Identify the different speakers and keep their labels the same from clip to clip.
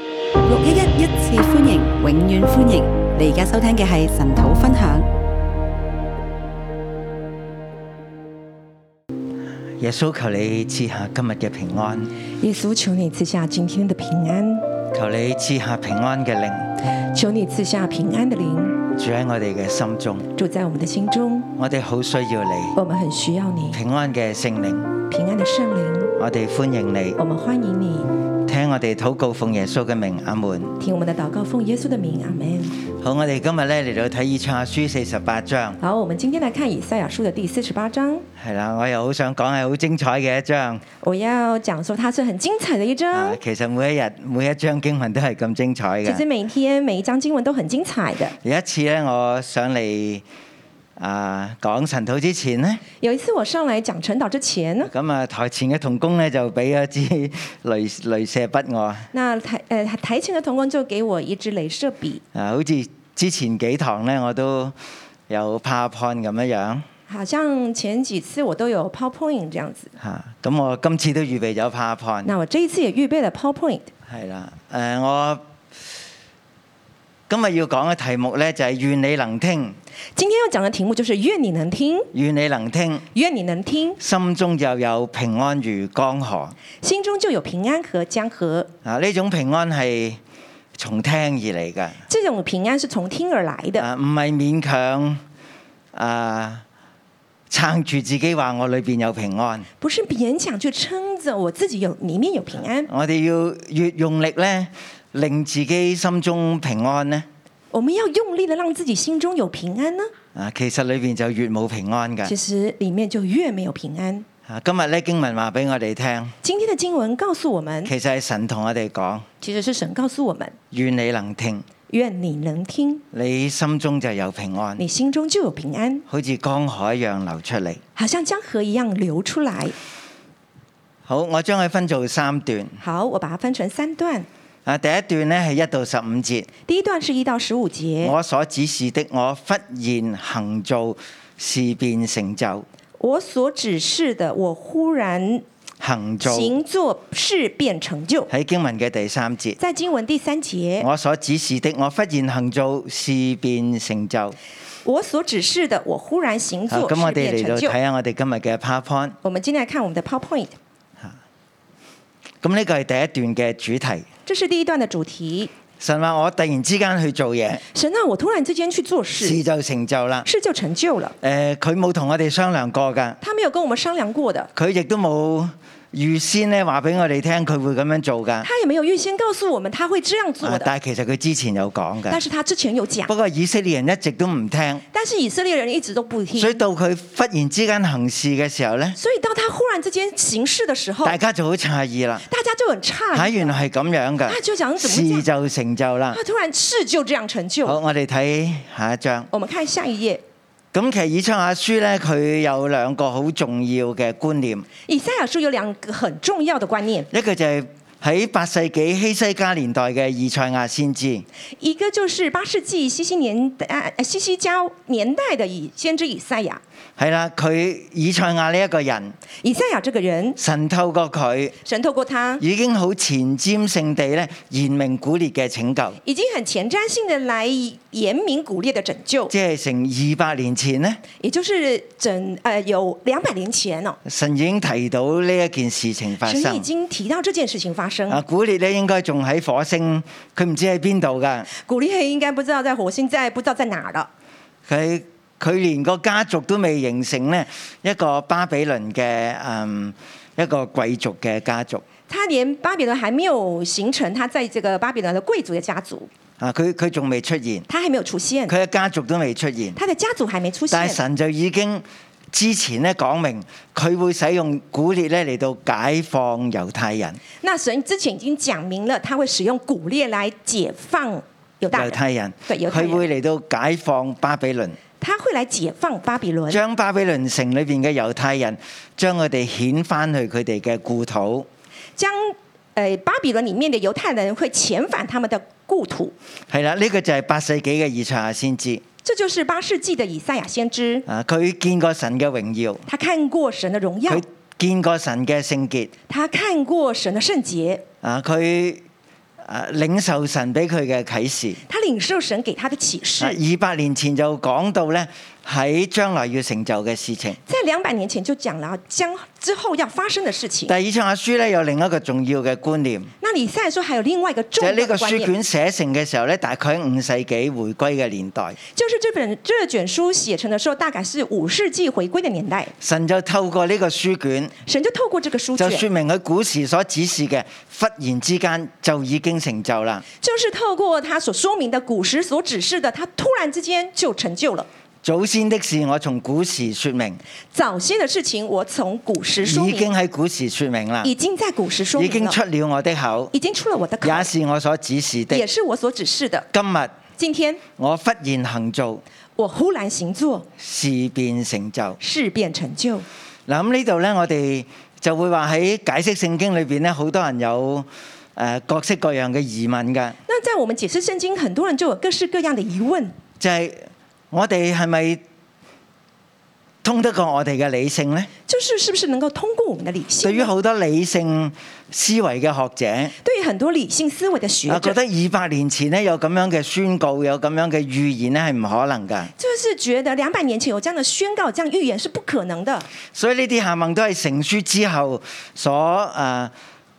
Speaker 1: 一一一次歡迎，永遠歡迎！你而家收聽嘅係神土分享。
Speaker 2: 耶穌求你賜下今日嘅平安，
Speaker 3: 耶稣，求你赐下今天的平安，
Speaker 2: 求你賜下平安嘅靈
Speaker 3: 求你赐下平安的灵，
Speaker 2: 住喺我哋嘅心中。
Speaker 3: 住在我们的心中。
Speaker 2: 我哋好需要你
Speaker 3: 我们很需要你，
Speaker 2: 平安嘅聖靈，
Speaker 3: 平安的圣灵，
Speaker 2: 我哋歡迎你，
Speaker 3: 我们欢迎你。
Speaker 2: 聽我哋禱告奉耶穌嘅名，阿門。
Speaker 3: 听我们的祷告，奉耶稣的名，阿门。
Speaker 2: 好，我哋今日咧嚟到睇以賽亞書四十八章，
Speaker 3: 好，我们今天来看以赛亚书的第四十八章。
Speaker 2: 係啦，我又好想講係好精彩嘅一章。
Speaker 3: 我要讲说它是很精彩的一
Speaker 2: 啊
Speaker 3: 章。
Speaker 2: 其實每一日每一章經文都係咁精彩
Speaker 3: 其实
Speaker 2: 嘅。
Speaker 3: 每一天每一章经文都很精彩的。
Speaker 2: 有一次咧，我上嚟啊講神土之前咧。
Speaker 3: 有一次我上来讲晨祷之前呢，
Speaker 2: 咁啊，台前嘅童工咧就俾咗支雷 雷射筆我，啊，
Speaker 3: 那台呃台前的同工就给我一支镭射笔，
Speaker 2: 啊好似之前幾堂咧我都有 PowerPoint 咁樣樣
Speaker 3: 好像前几次我都有 PowerPoint 这样子。
Speaker 2: 嚇，啊咁、我今次都預備咗 PowerPoint，
Speaker 3: 那我这一次也预备了 PowerPoint。
Speaker 2: 係啦，誒、我今日要講嘅題目咧就係、願你能聽，
Speaker 3: 今天要讲的题目就是愿你能听，
Speaker 2: 願你能聽，
Speaker 3: 愿你能听，
Speaker 2: 心中就有平安如江河
Speaker 3: 心中就有平安和江河。
Speaker 2: 啊！呢種平安係從聽而嚟㗎。
Speaker 3: 这种平安是从听而来的，
Speaker 2: 啊，唔係勉強啊撐住自己話我裏邊有平安，
Speaker 3: 不是勉强去撑着我自己有里面有平安。
Speaker 2: 我哋要越用力咧，令自己心中平安咧。
Speaker 3: 我们要用力的让自己心中有平安呢，
Speaker 2: 啊，其實裏邊就越冇平安
Speaker 3: 其
Speaker 2: 㗎。
Speaker 3: 实里面就越没有平安。
Speaker 2: 啊，今日咧經文話俾我哋聽，
Speaker 3: 今天的经文告诉我们，
Speaker 2: 其實係神同我哋講，
Speaker 3: 其實是神告诉我們：
Speaker 2: 願你能聽，
Speaker 3: 願你能聽，
Speaker 2: 你心中就有平安，
Speaker 3: 你心中就有平安，
Speaker 2: 好似江海一樣流出嚟。
Speaker 3: 好像江河一樣流出來。
Speaker 2: 好，我將佢分做三段。
Speaker 3: 好，我把它分成三段。
Speaker 2: 啊，第一段咧係一到十五節。
Speaker 3: 第一段是一到十五節，
Speaker 2: 我所指示的，我忽然行做，事變成就。
Speaker 3: 我所指示的，我忽然
Speaker 2: 行做
Speaker 3: 行作事变成就。
Speaker 2: 喺經文嘅第三節。
Speaker 3: 在經文第三節，
Speaker 2: 我所指示的，我忽然行做，事變成就。
Speaker 3: 我所指示的，我忽然行
Speaker 2: 好
Speaker 3: 作
Speaker 2: 咁我哋
Speaker 3: 事变
Speaker 2: 嚟到
Speaker 3: 成就。
Speaker 2: 睇下我哋今日嘅 PowerPoint。
Speaker 3: 我们今天来看我们的 PowerPoint，
Speaker 2: 咁呢個係第一段嘅主題。
Speaker 3: 这是第一段的主題。
Speaker 2: 神話我突然之間去做嘢，
Speaker 3: 神啊，我突然之间去做
Speaker 2: 事
Speaker 3: 事，
Speaker 2: 就成就啦。
Speaker 3: 事就成就了。
Speaker 2: 誒、佢冇同我哋商量過㗎，
Speaker 3: 他没有跟我们商量过的，
Speaker 2: 佢亦都冇預先咧話俾我哋聽佢會咁樣做㗎。
Speaker 3: 他也没有预先告诉我们他会这样做
Speaker 2: 啊
Speaker 3: 的。
Speaker 2: 但係其實佢之前有講
Speaker 3: 但
Speaker 2: 㗎。
Speaker 3: 是他之前有讲，
Speaker 2: 不過以色列人一直都唔聽。
Speaker 3: 但是以色列人一直都不听
Speaker 2: 所，以到佢忽然之間行事嘅時候呢，
Speaker 3: 所以当他忽然之间行事的时候，
Speaker 2: 大
Speaker 3: 大
Speaker 2: 家就好詫異啦。
Speaker 3: 家就很诧
Speaker 2: 嚇，
Speaker 3: 异，
Speaker 2: 原來係咁樣
Speaker 3: 啊就想
Speaker 2: 㗎，
Speaker 3: 怎麼
Speaker 2: 事就成就啦
Speaker 3: 他。啊突然事就这样成
Speaker 2: 啊好，
Speaker 3: 就。
Speaker 2: 我哋睇下一章。
Speaker 3: 我们看下一页，
Speaker 2: 咁其實以賽亞書呢，佢有兩個好重要嘅觀念，
Speaker 3: 以赛亚书有两个很重要的观念，
Speaker 2: 一個就係喺八世紀希西家年代嘅以賽亞先知，
Speaker 3: 一个就是八世纪西西年代、呃西西家年代的以先知以赛亚。
Speaker 2: 係啦，佢以賽亞呢一個人，
Speaker 3: 以赛亚这个人，
Speaker 2: 神透過佢
Speaker 3: 神透过他
Speaker 2: 已經好前瞻性地呢，言明古列嘅拯救，
Speaker 3: 已经很前瞻性的来严明鼓励的拯救，
Speaker 2: 即係成二百年前呢，
Speaker 3: 也就是整呃有两百年前哦，
Speaker 2: 神已經提到呢一件事情發
Speaker 3: 神已
Speaker 2: 生。
Speaker 3: 经提到这件事情发生。
Speaker 2: 啊，古列咧應該仲喺火星，佢唔知喺邊度㗎。
Speaker 3: 古力黑应该不知道在火星在不知道在哪了，
Speaker 2: 佢佢連個家族都未形成咧，一個巴比倫嘅嗯一個貴族嘅家族。
Speaker 3: 他连巴比伦还没有形成，他在这个巴比伦的贵族的家族，
Speaker 2: 啊，佢佢仲未出現，
Speaker 3: 他还没有出现，
Speaker 2: 佢嘅家族都未出現，
Speaker 3: 他的家族还没出
Speaker 2: 但
Speaker 3: 现
Speaker 2: 係。神就已經之前咧講明，佢會使用古列咧嚟到解放猶太人。
Speaker 3: 那神之前已经讲明了，他会使用古列来解放犹大
Speaker 2: 猶
Speaker 3: 人，
Speaker 2: 太人，
Speaker 3: 對猶
Speaker 2: 佢
Speaker 3: 太人
Speaker 2: 會嚟到解放巴比倫，
Speaker 3: 他会来解放巴比伦，
Speaker 2: 將巴比倫城裏邊嘅猶太人，將佢哋遣翻去佢哋嘅故土。
Speaker 3: 将呃巴比伦里面的犹太人会遣返他们的故土。
Speaker 2: 係啦，呢、個就係八世紀嘅以賽亞先知。
Speaker 3: 这就是八世纪的以赛亚先知，
Speaker 2: 啊，佢見過神嘅榮耀，
Speaker 3: 他看过神的荣耀
Speaker 2: 佢，見過神嘅聖潔。
Speaker 3: 他看过神的圣洁，
Speaker 2: 啊，佢啊領受神俾佢嘅啟示。
Speaker 3: 他领受神给他的启示
Speaker 2: 啊，二百年前就講到咧喺將來要成就嘅事情。
Speaker 3: 在两百年前就讲了将之后要发生的事情
Speaker 2: 第。二章嘅書咧有另一個重要嘅觀念，
Speaker 3: 那你再说还有另外一个
Speaker 2: 就
Speaker 3: 重
Speaker 2: 係
Speaker 3: 要
Speaker 2: 呢個
Speaker 3: 的观
Speaker 2: 書
Speaker 3: 念，
Speaker 2: 卷寫成嘅時候咧，大概喺五世紀回歸嘅年代，
Speaker 3: 就是这本这卷书写成的时候，大概是五世纪回归的年代，
Speaker 2: 神就透過呢個書卷，
Speaker 3: 神就透过这个书
Speaker 2: 就
Speaker 3: 卷，
Speaker 2: 説明佢古時所指示嘅，忽然之間就已經成就啦。
Speaker 3: 就是透过他所说明的古时所指示的，他突然之间就成就了。
Speaker 2: 祖先的事我從古時説明，
Speaker 3: 早些的事情，我从古时说
Speaker 2: 已
Speaker 3: 明，
Speaker 2: 經喺古時説明啦，
Speaker 3: 已经在古时说
Speaker 2: 已
Speaker 3: 明
Speaker 2: 經
Speaker 3: 了，
Speaker 2: 出了我的口，
Speaker 3: 已经出了我的口，
Speaker 2: 也是我所指示的
Speaker 3: 也。是我所指示的。
Speaker 2: 今日
Speaker 3: 今天
Speaker 2: 我忽然行做，
Speaker 3: 我忽然行作，
Speaker 2: 事變成就。
Speaker 3: 事变成就。
Speaker 2: 嗱咁呢度咧，我哋就會話喺解釋聖經裏邊咧，好多人有誒、呃各式各樣嘅疑問㗎，
Speaker 3: 那在我们解释圣经，很多人就有各式各样的疑问，
Speaker 2: 就係、我哋係咪通得過我哋嘅理性呢？
Speaker 3: 就是是不是能够通过我们的理性
Speaker 2: 對
Speaker 3: 呢？
Speaker 2: 於好多理性思維嘅學者，
Speaker 3: 对于很多理性思维的学
Speaker 2: 啊覺得
Speaker 3: 者，
Speaker 2: 二百年前咧有咁樣嘅宣告，有咁樣嘅預言咧係唔可能㗎，
Speaker 3: 就是觉得两百年前有这样的宣告、这样预言是不可能的。
Speaker 2: 所以呢啲下文都係成書之後所誒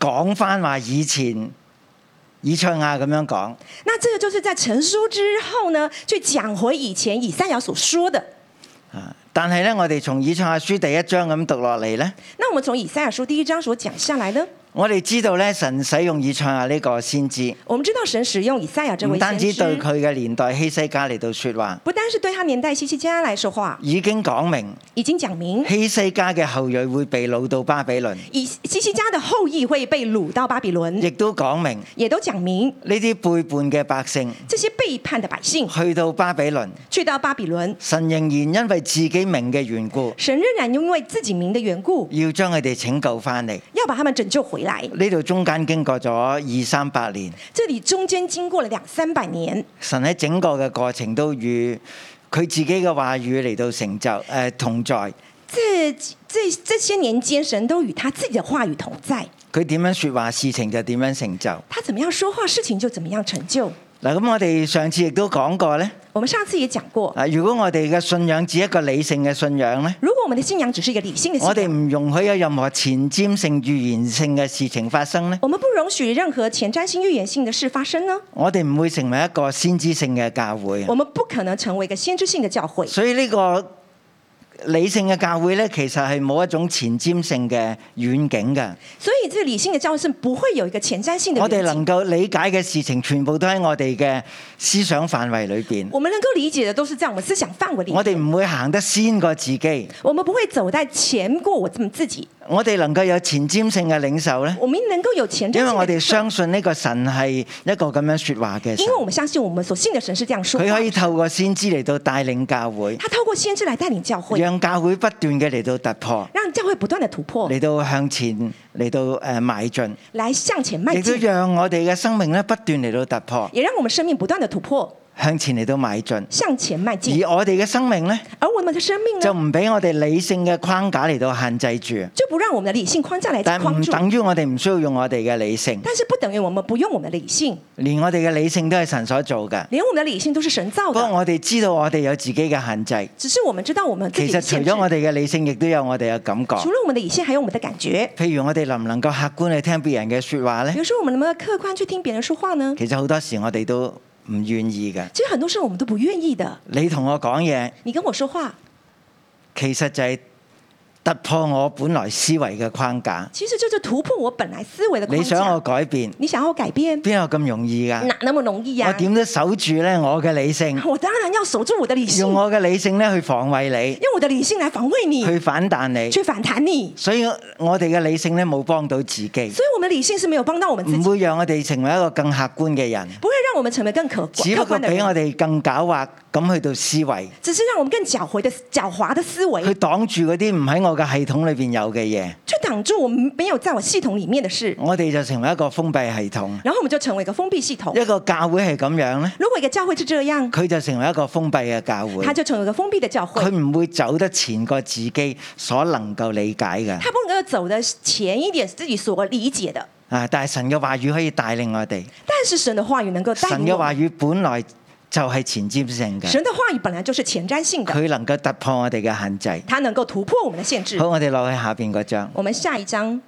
Speaker 2: 講翻話以前以賽亞咁樣講。
Speaker 3: 那这个就是在成书之后呢，去讲回以前以赛亚所说的。
Speaker 2: 啊！但係咧，我哋從以賽亞書第一章咁讀落嚟咧，
Speaker 3: 那我们从以赛亚书第一章所讲下来呢，
Speaker 2: 我哋知道咧，神使用以賽亞呢個先知，
Speaker 3: 我们知道神使用以赛亚啊这
Speaker 2: 唔
Speaker 3: 位
Speaker 2: 單
Speaker 3: 先
Speaker 2: 止
Speaker 3: 知，
Speaker 2: 對佢嘅年代希西家嚟到说話，
Speaker 3: 不单是对他年代西西家来说话，
Speaker 2: 已經講明
Speaker 3: 已经讲明
Speaker 2: 希西家嘅後裔會被掳到巴比倫，
Speaker 3: 以西西家的后裔会被掳到巴比伦，
Speaker 2: 亦都講明
Speaker 3: 也都讲明
Speaker 2: 呢啲背叛嘅百姓
Speaker 3: 这些背叛的百姓
Speaker 2: 去到巴比倫，
Speaker 3: 去到巴比倫，
Speaker 2: 神仍然因為自己名嘅緣故，
Speaker 3: 神仍然因为自己名的缘故，
Speaker 2: 要將佢哋拯救翻嚟。
Speaker 3: 要把他们拯救回来。
Speaker 2: 呢度中間經過咗二三百年，
Speaker 3: 这里中间经过了两三百年，
Speaker 2: 神喺整個嘅過程都與佢自己嘅話語嚟到成就誒、呃同在。
Speaker 3: 这这这些年间，神都与他自己的话语同在。
Speaker 2: 佢點樣説話，事情就點樣成就。嗱，
Speaker 3: 他怎么样说话，事情就怎么样成就。
Speaker 2: 咁我哋上次亦都講過呢，
Speaker 3: 我们上次也讲过，
Speaker 2: 啊，如果我哋嘅信仰只一個理性嘅信仰呢，
Speaker 3: 如果我们的信仰只是一个理性的信
Speaker 2: 我哋
Speaker 3: 仰，
Speaker 2: 唔容許有任何前瞻性、預言性嘅事情發生呢，
Speaker 3: 我们不容许任何前瞻性、预言性的事发生呢，
Speaker 2: 我哋唔會成為一個先知性嘅教會。啊
Speaker 3: 我们不可能成为一个先知性的教会。
Speaker 2: 所以呢個理性嘅教會呢，其實係冇一種前瞻性嘅遠景嘅。
Speaker 3: 所以，这理性的教会是不会有一个前瞻性的
Speaker 2: 我哋
Speaker 3: 远景。
Speaker 2: 能夠理解嘅事情，全部都喺我哋嘅思想範圍裏邊。
Speaker 3: 我们能够理解的都是在我们思想范围里，
Speaker 2: 我哋唔會行得先過自己。
Speaker 3: 我们不会走在前过我们自己。
Speaker 2: 我哋能夠有前瞻性嘅領袖呢，
Speaker 3: 我们能够有前瞻性
Speaker 2: 因
Speaker 3: 的
Speaker 2: 為我哋
Speaker 3: 领袖
Speaker 2: 相信呢個神係一個咁樣说話嘅神
Speaker 3: 因为，我们相信我们所信的神是这样说话
Speaker 2: 佢
Speaker 3: 的
Speaker 2: 可以透過先知嚟到帶領教會，
Speaker 3: 他透过先知来带领教会，
Speaker 2: 讓教會不斷嘅嚟到突破，
Speaker 3: 让教会不断的突破，
Speaker 2: 嚟到向前，嚟到诶迈进，
Speaker 3: 来向前迈
Speaker 2: 亦都
Speaker 3: 进，
Speaker 2: 讓我哋嘅生命咧不斷嚟到突破，
Speaker 3: 也讓我们生命不断的突破，
Speaker 2: 向前嚟到邁進。
Speaker 3: 向前迈进。
Speaker 2: 而我哋嘅生命呢，
Speaker 3: 而我们的生命
Speaker 2: 就
Speaker 3: 呢，
Speaker 2: 唔俾我哋理性嘅框架嚟到限制住，
Speaker 3: 就不让我们的理性框架来
Speaker 2: 但
Speaker 3: 框
Speaker 2: 唔
Speaker 3: 住，
Speaker 2: 等於我哋唔需要用我哋嘅理性，
Speaker 3: 但是不等于我们不用我们的理性，
Speaker 2: 連我哋嘅理性都係神所做嘅。
Speaker 3: 连我们的理性都是神造
Speaker 2: 不過
Speaker 3: 的，
Speaker 2: 我哋知道我哋有自己嘅限制。
Speaker 3: 只是我们知道我们自
Speaker 2: 其
Speaker 3: 己
Speaker 2: 實
Speaker 3: 的
Speaker 2: 除
Speaker 3: 限制
Speaker 2: 咗。我哋嘅理性，亦都有我哋嘅感
Speaker 3: 除
Speaker 2: 覺。
Speaker 3: 了我们的理性，还有我们的感觉。
Speaker 2: 譬如我哋能唔能夠客觀去聽別人嘅说話呢
Speaker 3: 比？如说，我们能不能客观去听别人说话呢？
Speaker 2: 其實好多時我哋都唔願意嘅。
Speaker 3: 其实很多事我们都不愿意的。
Speaker 2: 你同我講嘢，
Speaker 3: 你跟我说话，
Speaker 2: 其實就係突破我本來思維嘅框架。
Speaker 3: 其实就是突破我本来思维的框
Speaker 2: 你想我
Speaker 3: 架。
Speaker 2: 改變，
Speaker 3: 你想要改变，
Speaker 2: 邊有咁容易㗎？
Speaker 3: 哪那么容易呀、
Speaker 2: 啊我點都守住呢我嘅理性，
Speaker 3: 我当然要守住我的理性
Speaker 2: 用，我嘅理性咧去防衛你，
Speaker 3: 用我的理性来防卫你，
Speaker 2: 去反彈你。
Speaker 3: 去反弹你。
Speaker 2: 所以我哋嘅理性咧冇幫到自己，
Speaker 3: 所以，我们理性是没有帮到我们自己，
Speaker 2: 唔會讓我哋成為一個更客觀嘅人，
Speaker 3: 不会让我们成为更可
Speaker 2: 只
Speaker 3: 客
Speaker 2: 不過
Speaker 3: 观的
Speaker 2: 俾我
Speaker 3: 人，
Speaker 2: 哋更狡猾咁去到思維。
Speaker 3: 只是让我们更狡猾的狡猾的思维
Speaker 2: 佢，擋住嗰啲唔喺我嘅系統裏邊有嘅嘢，
Speaker 3: 去挡住我们没有在我系统里面的事，
Speaker 2: 我哋就成為一個封閉系統。
Speaker 3: 然后我们就成为一个封闭系统。
Speaker 2: 一個教會係咁樣呢，
Speaker 3: 如果一个教会是这样，
Speaker 2: 佢就成為一個封閉嘅教會
Speaker 3: 它，就成为一个封闭的教会
Speaker 2: 佢，唔會走得前過自己所能夠理解嘅。
Speaker 3: 它不能够走的前一点自己所理解的。
Speaker 2: 啊！但係神嘅話語可以帶領我哋，
Speaker 3: 但是神的话语能够带
Speaker 2: 神
Speaker 3: 领
Speaker 2: 嘅
Speaker 3: 我
Speaker 2: 話
Speaker 3: 们。
Speaker 2: 語本來就係前瞻性嘅，
Speaker 3: 神的话语本来就是前瞻性的，
Speaker 2: 佢能夠突破我哋嘅限制。
Speaker 3: 它能够突破我们的限制
Speaker 2: 好，。我哋落去下邊嗰章。
Speaker 3: 我们下一章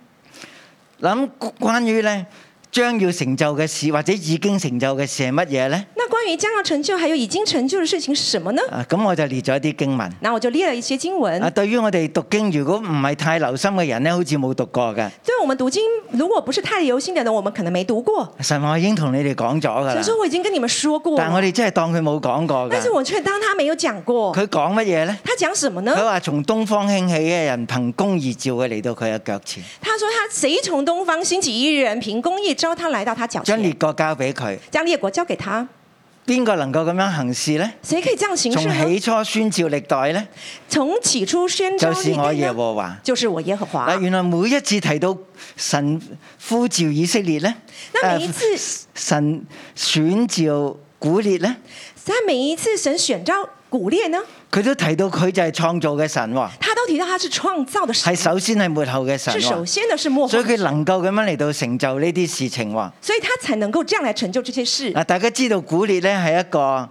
Speaker 2: 諗關於咧將要成就嘅事，或者已經成就嘅事係乜嘢咧？
Speaker 3: 那关于将要成就还有已经成就的事情是什么呢？
Speaker 2: 啊，咁我就列咗一啲經文。
Speaker 3: 那我就列了一些经
Speaker 2: 啊，
Speaker 3: 文。
Speaker 2: 對於我哋讀經如果唔係太留心嘅人咧，好似冇讀過嘅。
Speaker 3: 对我们读经，如果不是太留心的人，我们可能没读过。
Speaker 2: 神話已經同你哋講咗㗎
Speaker 3: 所以
Speaker 2: 啦
Speaker 3: 说，我已经跟你们说过
Speaker 2: 但我
Speaker 3: 了，
Speaker 2: 哋真係當佢冇講過
Speaker 3: 但是
Speaker 2: 㗎。
Speaker 3: 我却当他没有講過。
Speaker 2: 佢講乜嘢咧？
Speaker 3: 哦他講什麼
Speaker 2: 佢
Speaker 3: 呢？
Speaker 2: 話從東方興起嘅人，憑公義召佢嚟到佢嘅腳前，
Speaker 3: 他說他誰從東方興起一人，憑公義招他來到他腳
Speaker 2: 將列
Speaker 3: 前，
Speaker 2: 國交俾佢。
Speaker 3: 將列國交給他。
Speaker 2: 邊個能夠咁樣行事呢？
Speaker 3: 誰可以這樣行
Speaker 2: 從
Speaker 3: 事呢？
Speaker 2: 起初宣召歷代呢，
Speaker 3: 從起初宣召
Speaker 2: 就是
Speaker 3: 歷
Speaker 2: 我
Speaker 3: 代
Speaker 2: 耶
Speaker 3: 呢，
Speaker 2: 和華。
Speaker 3: 就是我耶和華
Speaker 2: 嗱，。原來每一次提到神呼召以色列呢，
Speaker 3: 那每一次
Speaker 2: 呃神選召古列呢，
Speaker 3: 他每一次神選召古列呢，
Speaker 2: 佢都提到佢就係創造嘅神喎，
Speaker 3: 他都提到他是創造的神
Speaker 2: 係，首先係末後嘅神
Speaker 3: 是首
Speaker 2: 喎，
Speaker 3: 先的是幕後
Speaker 2: 所以
Speaker 3: 的神
Speaker 2: 佢能夠咁樣嚟到成就呢啲事情喎。
Speaker 3: 所以他才能夠這樣來成就這些事。
Speaker 2: 嗱，大家知道古列呢係一個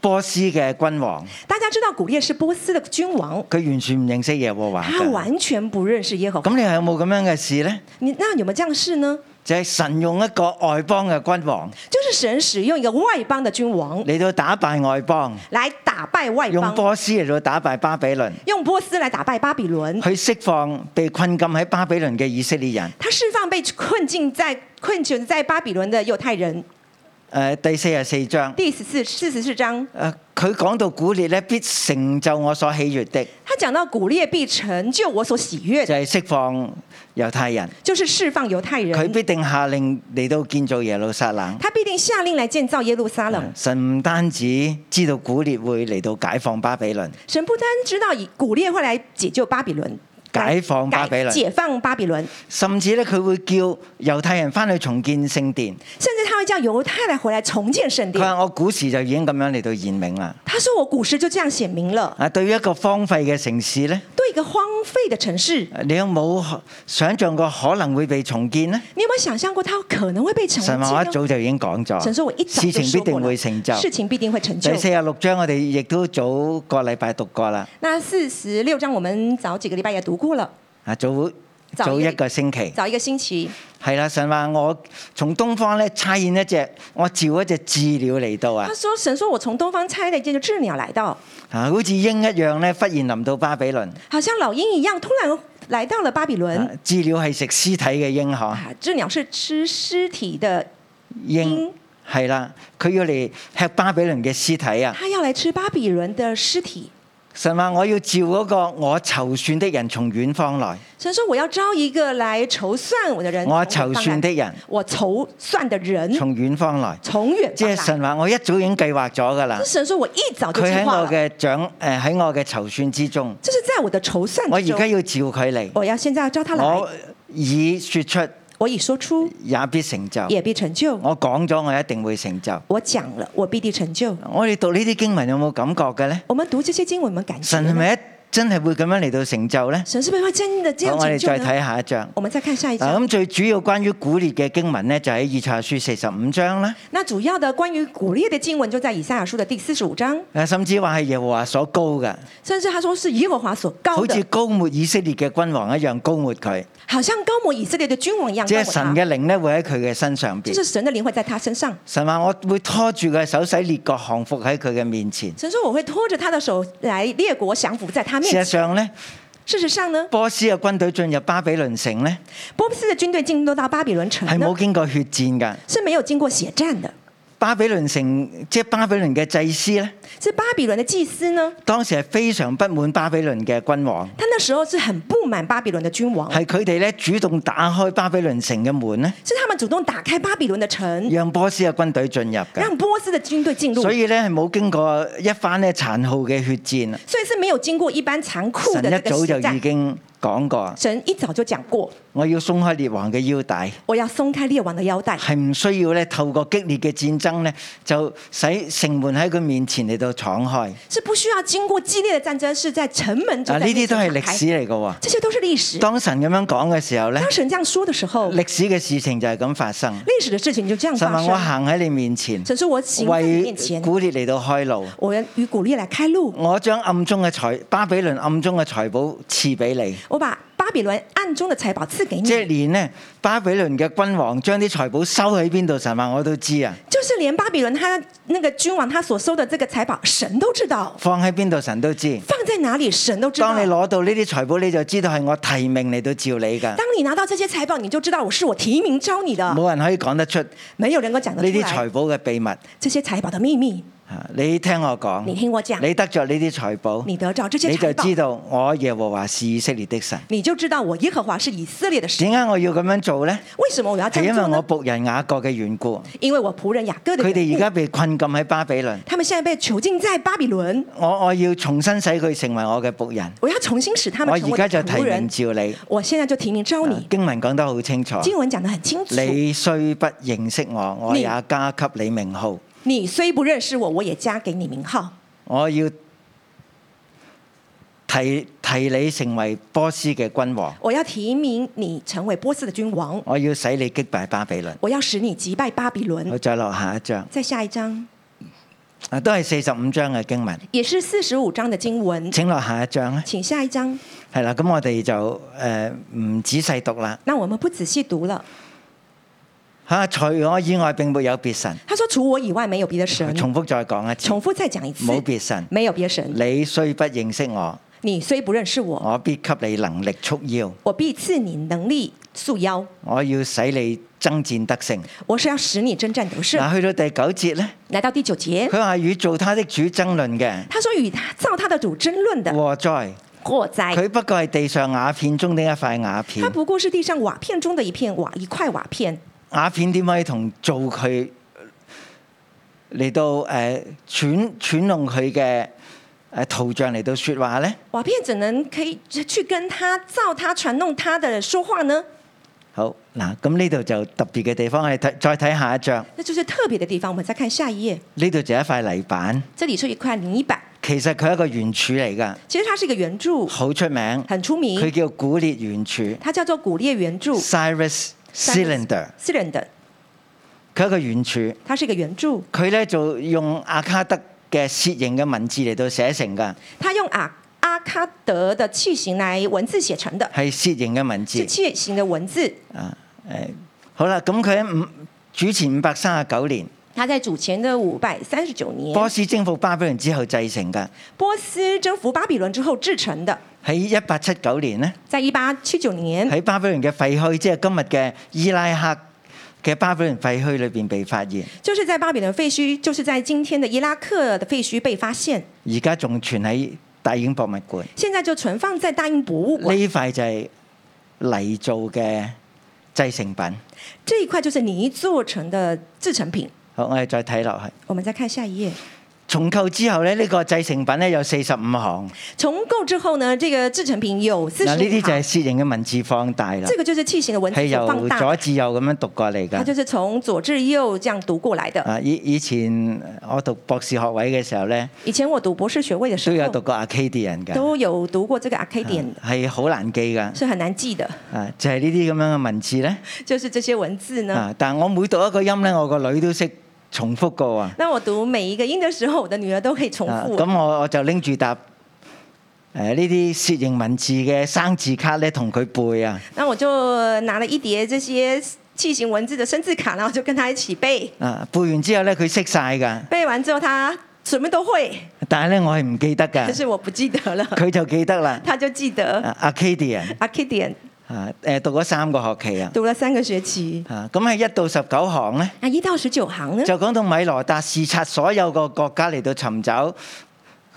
Speaker 2: 波斯嘅君王，
Speaker 3: 大家知道古列是波斯的君王，
Speaker 2: 佢完全唔認識耶和華
Speaker 3: 他
Speaker 2: 㗎。
Speaker 3: 完全不認識耶和華。
Speaker 2: 咁你有冇咁樣嘅事呢？
Speaker 3: 你那有沒有這樣的事呢？
Speaker 2: 就係神用一個外邦嘅君王
Speaker 3: 就是神使用一個外邦的君王
Speaker 2: 嚟到打敗外邦，
Speaker 3: 來打敗外
Speaker 2: 用
Speaker 3: 邦，
Speaker 2: 波斯嚟到打敗巴比倫，
Speaker 3: 用波斯來打敗巴比倫。
Speaker 2: 去釋放被困禁喺巴比倫嘅以色列人。
Speaker 3: 他釋放被困境在困囚在巴比倫的猶太人。
Speaker 2: 誒、第四十四章，誒、
Speaker 3: 第十四四十四章，
Speaker 2: 呃佢講到古列咧，必成就我所喜悅的，
Speaker 3: 他講到古列必成就我所喜悅
Speaker 2: 就
Speaker 3: 的，
Speaker 2: 係、釋放猶太人。
Speaker 3: 就是釋放猶太
Speaker 2: 佢
Speaker 3: 人。
Speaker 2: 必定下令嚟到建造耶路撒冷。
Speaker 3: 他必定下令來建造耶路撒冷。
Speaker 2: 神唔單止知道古列會嚟到解放巴比倫，
Speaker 3: 神不單知道以古列會來解救巴比倫，
Speaker 2: 解放巴比倫
Speaker 3: 改解放巴比倫，
Speaker 2: 甚至咧佢會叫猶太人翻去重建聖殿。
Speaker 3: 甚至他會叫猶太來回來重建聖
Speaker 2: 佢
Speaker 3: 殿。
Speaker 2: 話：我古時就已經咁樣嚟到現明啦。
Speaker 3: 他說：“我古時就這樣顯明了，
Speaker 2: 啊，對於一個荒廢嘅城市呢，
Speaker 3: 对一個荒廢的城市，
Speaker 2: 你有冇想象過可能會被重建呢？
Speaker 3: 你有沒有想象過它可能會被重建
Speaker 2: 神話我一
Speaker 3: 呢？”
Speaker 2: 早就已經講
Speaker 3: 神
Speaker 2: 咗，
Speaker 3: 說：“我一早
Speaker 2: 事
Speaker 3: 就
Speaker 2: 情必
Speaker 3: 說過
Speaker 2: 定
Speaker 3: 了，
Speaker 2: 會成就。
Speaker 3: 事情必定會成就
Speaker 2: 第。四十六章我哋亦都早個禮拜讀過啦，”
Speaker 3: 那四十六章我們早幾個禮拜也讀過了，
Speaker 2: 啊早
Speaker 3: 早
Speaker 2: 早
Speaker 3: 一
Speaker 2: 一
Speaker 3: 個
Speaker 2: 個星期，
Speaker 3: 早一個星期。
Speaker 2: 係啦，神話我從東方咧差遣一隻，我召一隻鷙鳥嚟到啊
Speaker 3: 他，說：“神說我從東方差了一件就鸷鳥來到，
Speaker 2: 啊好似鷹一樣咧，忽然臨到巴比倫，
Speaker 3: 好像老鷹一樣，突然來到了巴比倫。
Speaker 2: 啊鷙鳥係食屍體嘅鷹嗬，
Speaker 3: 啊，鸷鳥是吃屍體的，
Speaker 2: 鷹
Speaker 3: 鷹
Speaker 2: 係啦，佢要嚟吃巴比倫嘅屍體啊。
Speaker 3: 它要來吃巴比倫的屍體。
Speaker 2: 神話我要召嗰個我籌算的人從遠方來，
Speaker 3: 神說：“我要招一個來籌算我的人。”
Speaker 2: 我籌算的，人
Speaker 3: 我籌算的人
Speaker 2: 從遠方來，
Speaker 3: 從遠
Speaker 2: 即
Speaker 3: 嗯方
Speaker 2: 係
Speaker 3: 來。
Speaker 2: 神話我一早已經計劃咗㗎啦
Speaker 3: 這。神說：“我一早就
Speaker 2: 佢
Speaker 3: 計
Speaker 2: 喺
Speaker 3: 劃
Speaker 2: 我
Speaker 3: 了，
Speaker 2: 嘅掌誒喺我嘅籌算之中，
Speaker 3: 這是在我的籌算
Speaker 2: 我而
Speaker 3: 之中。
Speaker 2: 家要召佢嚟，
Speaker 3: 我要現在要招他來，
Speaker 2: 我
Speaker 3: 我
Speaker 2: 已説出
Speaker 3: 已說出，
Speaker 2: 也必成就，
Speaker 3: 也必成就。
Speaker 2: 我講咗我一定會成就。
Speaker 3: 我講了，我必定成就。”
Speaker 2: 我哋讀呢啲經文有冇感覺嘅呢？
Speaker 3: 我們讀這些經文，我們感覺
Speaker 2: 神係
Speaker 3: 呢
Speaker 2: 咪一真係會咁樣嚟到成就呢？
Speaker 3: 神是不是會真的
Speaker 2: 好，
Speaker 3: 這樣
Speaker 2: 我
Speaker 3: 成
Speaker 2: 哋
Speaker 3: 就呢？
Speaker 2: 再睇下一章。
Speaker 3: 我們再看下一章。
Speaker 2: 啊嗱，咁最主要關於古列嘅經文呢，就喺以賽亞書四十五章啦。
Speaker 3: 那主要的關於古列的經文就在以賽亞書的第四十五章，
Speaker 2: 誒，啊甚至話係耶和華所高嘅，
Speaker 3: 甚至他說是耶和華所高
Speaker 2: 好
Speaker 3: 的
Speaker 2: 似，高抹以色列嘅君王一樣高抹佢，
Speaker 3: 好像高摩以色列的君王一樣。
Speaker 2: 即係
Speaker 3: 高抹
Speaker 2: 神
Speaker 3: 他
Speaker 2: 嘅靈咧會喺佢嘅身上
Speaker 3: 就
Speaker 2: 邊。
Speaker 3: 是神的靈魂在他身上。
Speaker 2: 神話我會拖住佢嘅手，使列國降服喺佢嘅面前。
Speaker 3: 神說：“我會拖着他的手來列國降服在他面
Speaker 2: 事實
Speaker 3: 前。
Speaker 2: 上咧，”
Speaker 3: 事實上呢，
Speaker 2: 波斯嘅軍隊進入巴比倫城咧，
Speaker 3: 波斯的軍隊進入到巴比倫城
Speaker 2: 係
Speaker 3: 呢
Speaker 2: 冇，經過血戰㗎。
Speaker 3: 是沒有經過血戰的。
Speaker 2: 巴比倫城即係巴比倫嘅祭司咧，
Speaker 3: 是巴比倫的祭司呢，
Speaker 2: 當時係非常不滿巴比倫嘅君王，
Speaker 3: 他那時候是很不滿巴比倫的君王，
Speaker 2: 係佢哋咧主動打開巴比倫城嘅門咧，
Speaker 3: 是他們主動打開巴比倫的城，
Speaker 2: 讓波斯嘅軍隊進入㗎。
Speaker 3: 讓波斯的軍隊進入，
Speaker 2: 所
Speaker 3: 所以
Speaker 2: 以咧係冇經過一番咧殘酷嘅血戰。
Speaker 3: 是沒有經過一般殘酷的
Speaker 2: 神
Speaker 3: 那
Speaker 2: 一
Speaker 3: 個
Speaker 2: 早
Speaker 3: 血
Speaker 2: 就已
Speaker 3: 戰。
Speaker 2: 經講過，
Speaker 3: 神一早就講過，
Speaker 2: 我要鬆開列王嘅腰帶，
Speaker 3: 我要松开列王的腰带，
Speaker 2: 係唔需要咧透過激烈嘅戰爭咧，就使城門喺佢面前嚟到闖開。
Speaker 3: 是不需要经过激烈的战争，是在城门就
Speaker 2: 啊，
Speaker 3: 在
Speaker 2: 呢
Speaker 3: 面
Speaker 2: 啲都係
Speaker 3: 前打
Speaker 2: 歷
Speaker 3: 开
Speaker 2: 史，嚟嘅喎。
Speaker 3: 这些都是历史。
Speaker 2: 當神咁樣講嘅時候咧
Speaker 3: 当，神这样说的时候，
Speaker 2: 歷史嘅事情就係咁發生。
Speaker 3: 历史的事情就这样
Speaker 2: 神
Speaker 3: 发
Speaker 2: 話我
Speaker 3: 生。
Speaker 2: 行喺你面前，
Speaker 3: 神说：“我行在你面
Speaker 2: 為
Speaker 3: 前，
Speaker 2: 古列嚟到開路。
Speaker 3: 我与古列来开路，
Speaker 2: 我將暗中嘅財巴比倫暗中嘅財寶賜俾你，
Speaker 3: 我把巴比伦暗中的财宝赐给你。
Speaker 2: 即係連呢巴比倫嘅君王將啲財寶收喺邊度，神話我都知啊，
Speaker 3: 就是连巴比伦他那个君王他所收的这个财宝，神都知道
Speaker 2: 放喺邊度神都知。
Speaker 3: 放在哪里，神都知道。
Speaker 2: 當你攞到呢啲財寶，你就知道係我提名嚟到召你㗎，
Speaker 3: 当你拿到这些财宝，你就知道我是我提名招你的。
Speaker 2: 冇人可以講得出呢
Speaker 3: 没有人跟我讲得出
Speaker 2: 啲
Speaker 3: 来
Speaker 2: 財寶嘅秘密。
Speaker 3: 这些财宝的秘密。
Speaker 2: 啊你聽我
Speaker 3: 你
Speaker 2: 講，
Speaker 3: 听我讲，
Speaker 2: 你得着呢啲財寶，
Speaker 3: 你得着啊这些
Speaker 2: 哦你
Speaker 3: 财
Speaker 2: 就
Speaker 3: 宝，
Speaker 2: 知道我耶和華是以色列的神。
Speaker 3: 你就知道我耶和华是以色列的神。
Speaker 2: 點解我要咁樣做呢？
Speaker 3: 为什么我要这
Speaker 2: 係因
Speaker 3: 样
Speaker 2: 為
Speaker 3: 做
Speaker 2: 我
Speaker 3: 啊呢？
Speaker 2: 仆人雅各嘅緣故，
Speaker 3: 因为我仆人雅各的
Speaker 2: 佢
Speaker 3: 缘故
Speaker 2: 哋而家被困禁喺巴比倫。
Speaker 3: 他们现在被囚禁在巴比伦，
Speaker 2: 我我要重新使佢成為我嘅仆人。
Speaker 3: 我要重新使他
Speaker 2: 我
Speaker 3: 们成
Speaker 2: 哦而
Speaker 3: 为
Speaker 2: 家
Speaker 3: 我
Speaker 2: 就
Speaker 3: 的
Speaker 2: 提
Speaker 3: 仆
Speaker 2: 名
Speaker 3: 人。
Speaker 2: 召你。
Speaker 3: 我现在就提名招
Speaker 2: 啊
Speaker 3: 你。
Speaker 2: 經文講得好清楚，
Speaker 3: 经文讲得很清楚，
Speaker 2: 你雖不認識我，我
Speaker 3: 你
Speaker 2: 也加給你名號。
Speaker 3: 你虽不认识我，我也加给你名号。
Speaker 2: 我要提提你成為波斯嘅君王，
Speaker 3: 我要提名你成为波斯的君王，
Speaker 2: 我要使你擊敗巴比倫。
Speaker 3: 我要使你击败巴比
Speaker 2: 我
Speaker 3: 伦。
Speaker 2: 再落下一章，
Speaker 3: 在下一章
Speaker 2: 啊，都係四十五章嘅經文。
Speaker 3: 也是四十五章的经文，
Speaker 2: 請落下一章啊，
Speaker 3: 请下一章。
Speaker 2: 係啦，咁我哋就誒唔、仔細讀啦。
Speaker 3: 那我们不仔细读了。
Speaker 2: 嚇、除我以外並沒有別神。
Speaker 3: 他说：“除我以外，没有别的神。
Speaker 2: 重複再講一”次，
Speaker 3: 重复再讲一次，
Speaker 2: 冇別神。
Speaker 3: 没有别神。
Speaker 2: 你雖不認識我，
Speaker 3: 你虽不认识我，
Speaker 2: 我必給你能力束腰，
Speaker 3: 我必赐你能力束腰。
Speaker 2: 我要使你爭戰得勝。
Speaker 3: 我是要使你征战得胜。
Speaker 2: 嗱，去到第九節呢，
Speaker 3: 来到第九节，
Speaker 2: 佢話與造他的主爭論嘅
Speaker 3: 他说与他造他的主争论的
Speaker 2: 禍哉，
Speaker 3: 祸灾，
Speaker 2: 佢不過係地上瓦片中的一塊瓦
Speaker 3: 他
Speaker 2: 片。
Speaker 3: 不过是地上瓦片中的一片瓦一块瓦片，
Speaker 2: 瓦片點可以同造佢嚟到誒、呃、揣揣弄佢嘅誒圖像嚟到説話呢？
Speaker 3: 瓦片怎能可以去跟他造他传弄他的说话呢？
Speaker 2: 好嗱，咁呢度就特別嘅地方，我哋睇再睇下一章，
Speaker 3: 那就是特别的地方。我们再看下一页，
Speaker 2: 呢度就一塊泥板，
Speaker 3: 这里是一块泥板，
Speaker 2: 其實佢係一個原柱嚟㗎，
Speaker 3: 其实它是一个圆柱，
Speaker 2: 好出名。
Speaker 3: 很出
Speaker 2: 佢
Speaker 3: 名，
Speaker 2: 叫古列圓柱
Speaker 3: 它叫做骨裂圆柱
Speaker 2: （Cyrus Cylinder），
Speaker 3: （cylinder），
Speaker 2: 佢係一個圓柱。
Speaker 3: 它是一个圆柱，
Speaker 2: 佢咧就用阿卡德嘅楔形嘅文字嚟到寫成㗎，
Speaker 3: 它用阿阿卡德的器型来文字写成的，
Speaker 2: 係楔形嘅文
Speaker 3: 是
Speaker 2: 字。
Speaker 3: 器型的文字。
Speaker 2: 啊，誒，好啦，咁佢喺五主前五百三十九年，
Speaker 3: 它在主前的五百三十九年，
Speaker 2: 波斯征服巴比倫之後製成㗎。
Speaker 3: 波斯征服巴比伦之后制成的，
Speaker 2: 喺一八七九年呢，
Speaker 3: 在一八七九年
Speaker 2: 喺巴比倫嘅廢墟，即係今日嘅伊拉克嘅巴比倫廢墟裏邊被發現，
Speaker 3: 就是在巴比伦废墟，就是在今天的伊拉克的废墟被发现，
Speaker 2: 而家仲存喺大英博物館。
Speaker 3: 现在就存放在大英博物
Speaker 2: 呢
Speaker 3: 馆。
Speaker 2: 塊就係泥做嘅製成品。
Speaker 3: 这一块就是泥做成的制成品。
Speaker 2: 好，我哋再睇落去。
Speaker 3: 我们再看下一页，
Speaker 2: 重構之後咧，呢、個製成品咧有四十五行。
Speaker 3: 重构之后呢，这个制成品有四十
Speaker 2: 嗱，呢啲
Speaker 3: 五
Speaker 2: 就係
Speaker 3: 行，
Speaker 2: 楔形嘅文字放大啦
Speaker 3: 这，个就是器型的文
Speaker 2: 係
Speaker 3: 字所放
Speaker 2: 由
Speaker 3: 大
Speaker 2: 左，至右咁樣讀過嚟
Speaker 3: 它
Speaker 2: 㗎。
Speaker 3: 就是从左至右这样读过来的。
Speaker 2: 啊，以以前我讀博士學位嘅時候咧，
Speaker 3: 以前我读博士学位的时
Speaker 2: 都有
Speaker 3: 候
Speaker 2: 讀，過 Arcadian 㗎，
Speaker 3: 都有读过这个 Arcadian 的，
Speaker 2: 係好難記㗎。
Speaker 3: 是很难记的，
Speaker 2: 啊，就係呢啲咁樣嘅文字咧。
Speaker 3: 就是这些文字呢。
Speaker 2: 啊，但係我每讀一個音咧，我個女都識重複㗎喎。
Speaker 3: 那我读每一个音的时候，我的女儿都可以重
Speaker 2: 啊
Speaker 3: 复。
Speaker 2: 咁我我就拎住沓誒呢啲楔形文字嘅生字卡咧，同佢背啊。
Speaker 3: 那我就拿了一叠这些器型文字的生字卡，然后就跟她一起背。
Speaker 2: 啊，背完之後咧，佢識晒㗎。
Speaker 3: 背完之后，她什么都会，
Speaker 2: 但係咧，我係唔記得
Speaker 3: 但
Speaker 2: 㗎，
Speaker 3: 是我不记得了，
Speaker 2: 佢就記得啦。
Speaker 3: 她就记得。
Speaker 2: 啊 Arcadian
Speaker 3: Arcadian
Speaker 2: 啊，誒讀咗三個學期啊。
Speaker 3: 读了啊三个学期。
Speaker 2: 啊，咁喺一到十九行咧，
Speaker 3: 那一到十九行呢，
Speaker 2: 就講到米羅達視察所有個國家嚟到尋找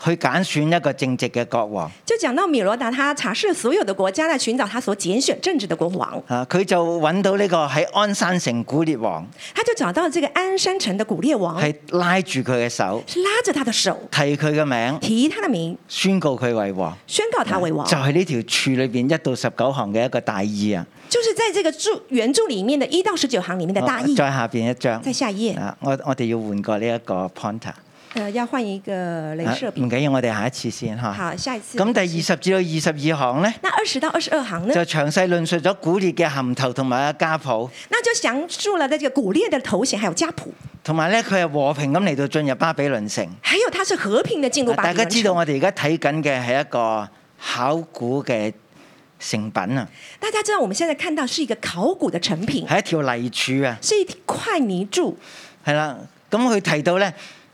Speaker 2: 去揀選一個正直嘅國王。
Speaker 3: 就讲到米罗达，他查视所有的国家来寻找他所拣选正直的国王，
Speaker 2: 啊，佢就揾到呢個喺鞍山城古列王，
Speaker 3: 他就找到这个安山城的古列王，
Speaker 2: 係拉住佢嘅手，
Speaker 3: 拉着他的手，
Speaker 2: 提佢嘅名，
Speaker 3: 提他的名，
Speaker 2: 宣告佢為王。啊
Speaker 3: 宣告他为王
Speaker 2: 就。係呢條柱裏邊一到十九行嘅一個大意啊！
Speaker 3: 就是在这个注原著里面的一到十九行里面的大意，
Speaker 2: 哦再下邊一張
Speaker 3: 在下一页，
Speaker 2: 啊，我我哋要換過呢一個 pointer，
Speaker 3: 呃，要换一个
Speaker 2: 啊
Speaker 3: 镭射
Speaker 2: 唔
Speaker 3: 笔。
Speaker 2: 緊要，我哋下一次先嚇。
Speaker 3: 好，下一次。
Speaker 2: 咁第二十至到二十二行呢，
Speaker 3: 那二十到二十二行呢
Speaker 2: 就，詳細論述咗古列嘅含頭同埋家譜，
Speaker 3: 那就详述了在这个古列的头衔还有家谱，
Speaker 2: 同埋咧佢係和平咁嚟到進入巴比倫城。
Speaker 3: 还有他是和平的进入巴
Speaker 2: 啊大
Speaker 3: 比
Speaker 2: 家
Speaker 3: 伦
Speaker 2: 知道
Speaker 3: 城。
Speaker 2: 我哋而家睇緊嘅係一個考古嘅成品啊，
Speaker 3: 大家知道我们现在看到是一个考古的成品，
Speaker 2: 係一條泥柱啊，
Speaker 3: 是一块泥柱。
Speaker 2: 係啦。咁佢提到咧，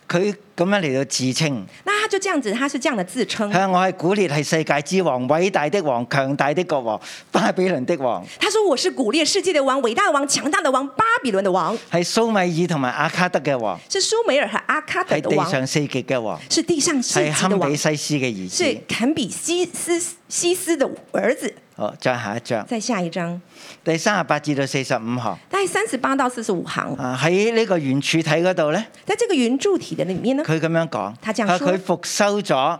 Speaker 2: 佢咁樣嚟到自稱，
Speaker 3: 那他就这样子，他是这样的自称
Speaker 2: 佢。話我係古列，係世界之王，偉大的王，強大的國王，巴比倫的王，
Speaker 3: 他说：“我是古列世界的王，伟大的王，强大的王，巴比伦的王，
Speaker 2: 係蘇米爾同埋阿卡德嘅王，
Speaker 3: 是苏美尔和阿卡德
Speaker 2: 係
Speaker 3: 的
Speaker 2: 地
Speaker 3: 王，
Speaker 2: 上四極嘅王，
Speaker 3: 是地上世
Speaker 2: 係
Speaker 3: 界的
Speaker 2: 堪
Speaker 3: 王
Speaker 2: 比，西斯嘅兒
Speaker 3: 是
Speaker 2: 子。
Speaker 3: 坎比西斯西斯的儿子。
Speaker 2: 好，再下一章，
Speaker 3: 再下一章，
Speaker 2: 第三十八至到四十五行
Speaker 3: 在三十八到四十五行，
Speaker 2: 啊，喺呢個原柱體嗰度咧。
Speaker 3: 在这个原著体的里面呢，
Speaker 2: 佢咁樣講，
Speaker 3: 他這樣
Speaker 2: 佢話
Speaker 3: 說
Speaker 2: 佢復修咗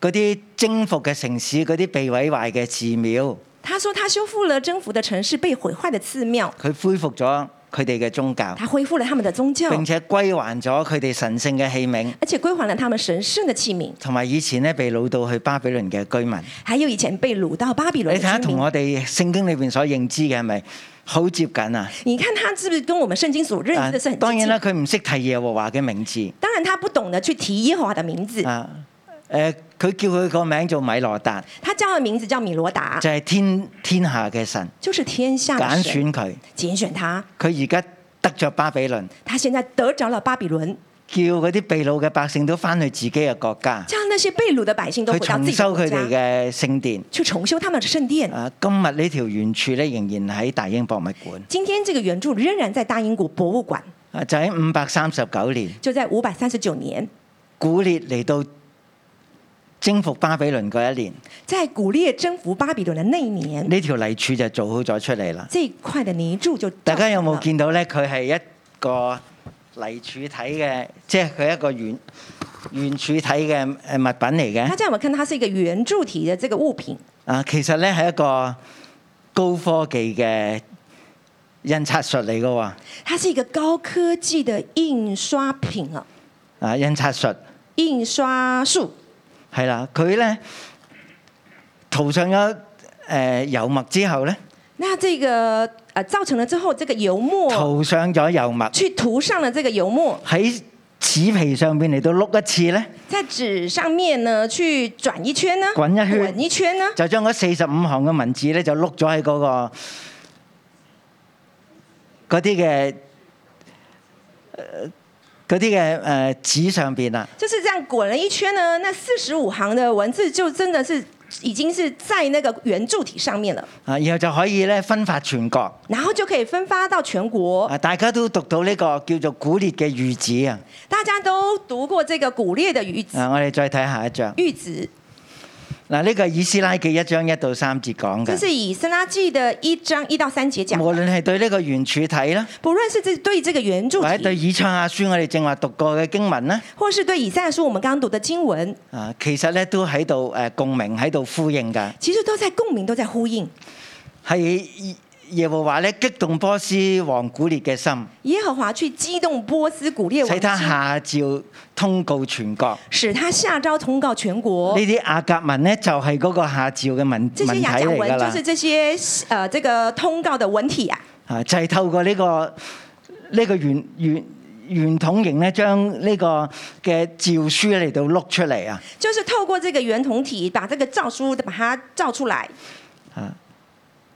Speaker 2: 嗰啲征服嘅城市，嗰啲被毀壞嘅寺廟，
Speaker 3: 他说他修复了征服的城市被毁坏的寺庙，
Speaker 2: 佢恢復咗佢哋嘅宗教，
Speaker 3: 他恢复了他们的宗教，
Speaker 2: 並且歸還咗佢哋神聖嘅器皿，
Speaker 3: 而且归还了他们神圣的器皿，
Speaker 2: 同埋以前咧被擄到去巴比倫嘅居民。
Speaker 3: 还有以前被掳到巴比
Speaker 2: 你
Speaker 3: 伦
Speaker 2: 睇下
Speaker 3: 的居
Speaker 2: 同
Speaker 3: 民。
Speaker 2: 我哋聖經裏邊所認知嘅係咪好接近啊？
Speaker 3: 你看他是不是跟我们圣经所认
Speaker 2: 啊
Speaker 3: 识的是很接
Speaker 2: 當然
Speaker 3: 近？
Speaker 2: 啦，佢唔識提耶和華嘅名字
Speaker 3: 当然，他不懂得去提耶和华的名字，
Speaker 2: 啊。誒、佢叫佢個名做米羅達，
Speaker 3: 他叫的名字叫米罗达，
Speaker 2: 就係、天天下嘅神
Speaker 3: 啊就是天下
Speaker 2: 揀
Speaker 3: 的神
Speaker 2: 選佢。
Speaker 3: 拣选他。
Speaker 2: 佢而家得咗巴比倫。
Speaker 3: 他现在得着了巴比伦，
Speaker 2: 叫嗰啲被擄嘅百姓都翻去自己嘅國家，
Speaker 3: 叫那些被掳的百姓都
Speaker 2: 去
Speaker 3: 回到
Speaker 2: 重
Speaker 3: 自己的
Speaker 2: 修
Speaker 3: 国
Speaker 2: 佢哋
Speaker 3: 家，
Speaker 2: 嘅聖殿。
Speaker 3: 去重修他们的圣殿。
Speaker 2: 啊，今日呢條原柱咧仍然喺大英博物館，
Speaker 3: 今天这个原著仍然在大英古博物馆，
Speaker 2: 啊就喺五百三十九年，
Speaker 3: 就在五百三十九年，
Speaker 2: 古列嚟到征服巴比倫嗰一年，
Speaker 3: 在古列征服巴比伦的那一年，
Speaker 2: 呢條泥柱就做好咗出嚟啦。
Speaker 3: 这一块的泥柱就
Speaker 2: 大家有冇
Speaker 3: 造成了
Speaker 2: 見到咧？佢係一個泥柱體嘅，即係佢一個圓圓柱體嘅誒呃物品嚟
Speaker 3: 大
Speaker 2: 嘅。
Speaker 3: 家有没有看到它是一个圆柱体的这个物品？
Speaker 2: 啊，其實咧係一個高科技嘅印刷術嚟嘅喎。
Speaker 3: 它是一个高科技的印刷品啊，
Speaker 2: 啊印刷術
Speaker 3: 印刷术。
Speaker 2: 係啦，佢咧塗上咗誒、呃油墨之後咧，
Speaker 3: 那这个呃造成了之后，这个油墨
Speaker 2: 塗上咗油墨
Speaker 3: 去涂上了这个油墨，
Speaker 2: 喺紙皮上邊嚟到碌一次咧，
Speaker 3: 在纸上面呢去转一圈呢，
Speaker 2: 滾一圈
Speaker 3: 滚一圈呢，
Speaker 2: 就將嗰四十五行嘅文字咧就碌咗喺嗰個嗰啲嘅。呃嗰啲嘅誒紙上邊啦，
Speaker 3: 就是这样滚了一圈呢。那四十五行的文字就真的是已经是在那个圆柱体上面了，
Speaker 2: 啊，然後就可以咧分發全國，
Speaker 3: 然后就可以分发到全国。
Speaker 2: 啊，大家都讀到呢個叫做古列嘅御旨啊，
Speaker 3: 大家都讀过这个古列的谕旨，
Speaker 2: 啊，我哋再睇下一章，
Speaker 3: 谕旨
Speaker 2: 嗱，呢個係以斯拉記一章一到三節講嘅
Speaker 3: 这。是以《生拉记》的一章一到三节讲的。
Speaker 2: 無論係對呢個原柱體啦，
Speaker 3: 不论是这对这个圆柱
Speaker 2: 或者對
Speaker 3: 体，
Speaker 2: 以賽亞書我哋正話讀過嘅經文啦，
Speaker 3: 或是对以赛亚书我们刚刚读的经文，
Speaker 2: 啊，其實咧都喺度誒共鳴，喺度呼應㗎。
Speaker 3: 其实都在共鸣，都在呼應。
Speaker 2: 係耶和華咧激動波斯王古列嘅心，
Speaker 3: 耶和华去激动波斯古列王
Speaker 2: 使
Speaker 3: 的
Speaker 2: 他
Speaker 3: 心，
Speaker 2: 下詔通告全國。
Speaker 3: 使他下诏通告全
Speaker 2: 呢
Speaker 3: 国。
Speaker 2: 啲亞甲文咧就係嗰個下詔嘅文文體
Speaker 3: 这些雅甲
Speaker 2: 嚟
Speaker 3: 文
Speaker 2: 㗎啦
Speaker 3: 就是，这些呃这个通告的文体啊，
Speaker 2: 啊，就係透過呢、個呢、個原原。圓筒形咧，將呢個嘅詔書嚟到碌出嚟啊！
Speaker 3: 就是透过这个圆筒体把这个诏书把它造出来。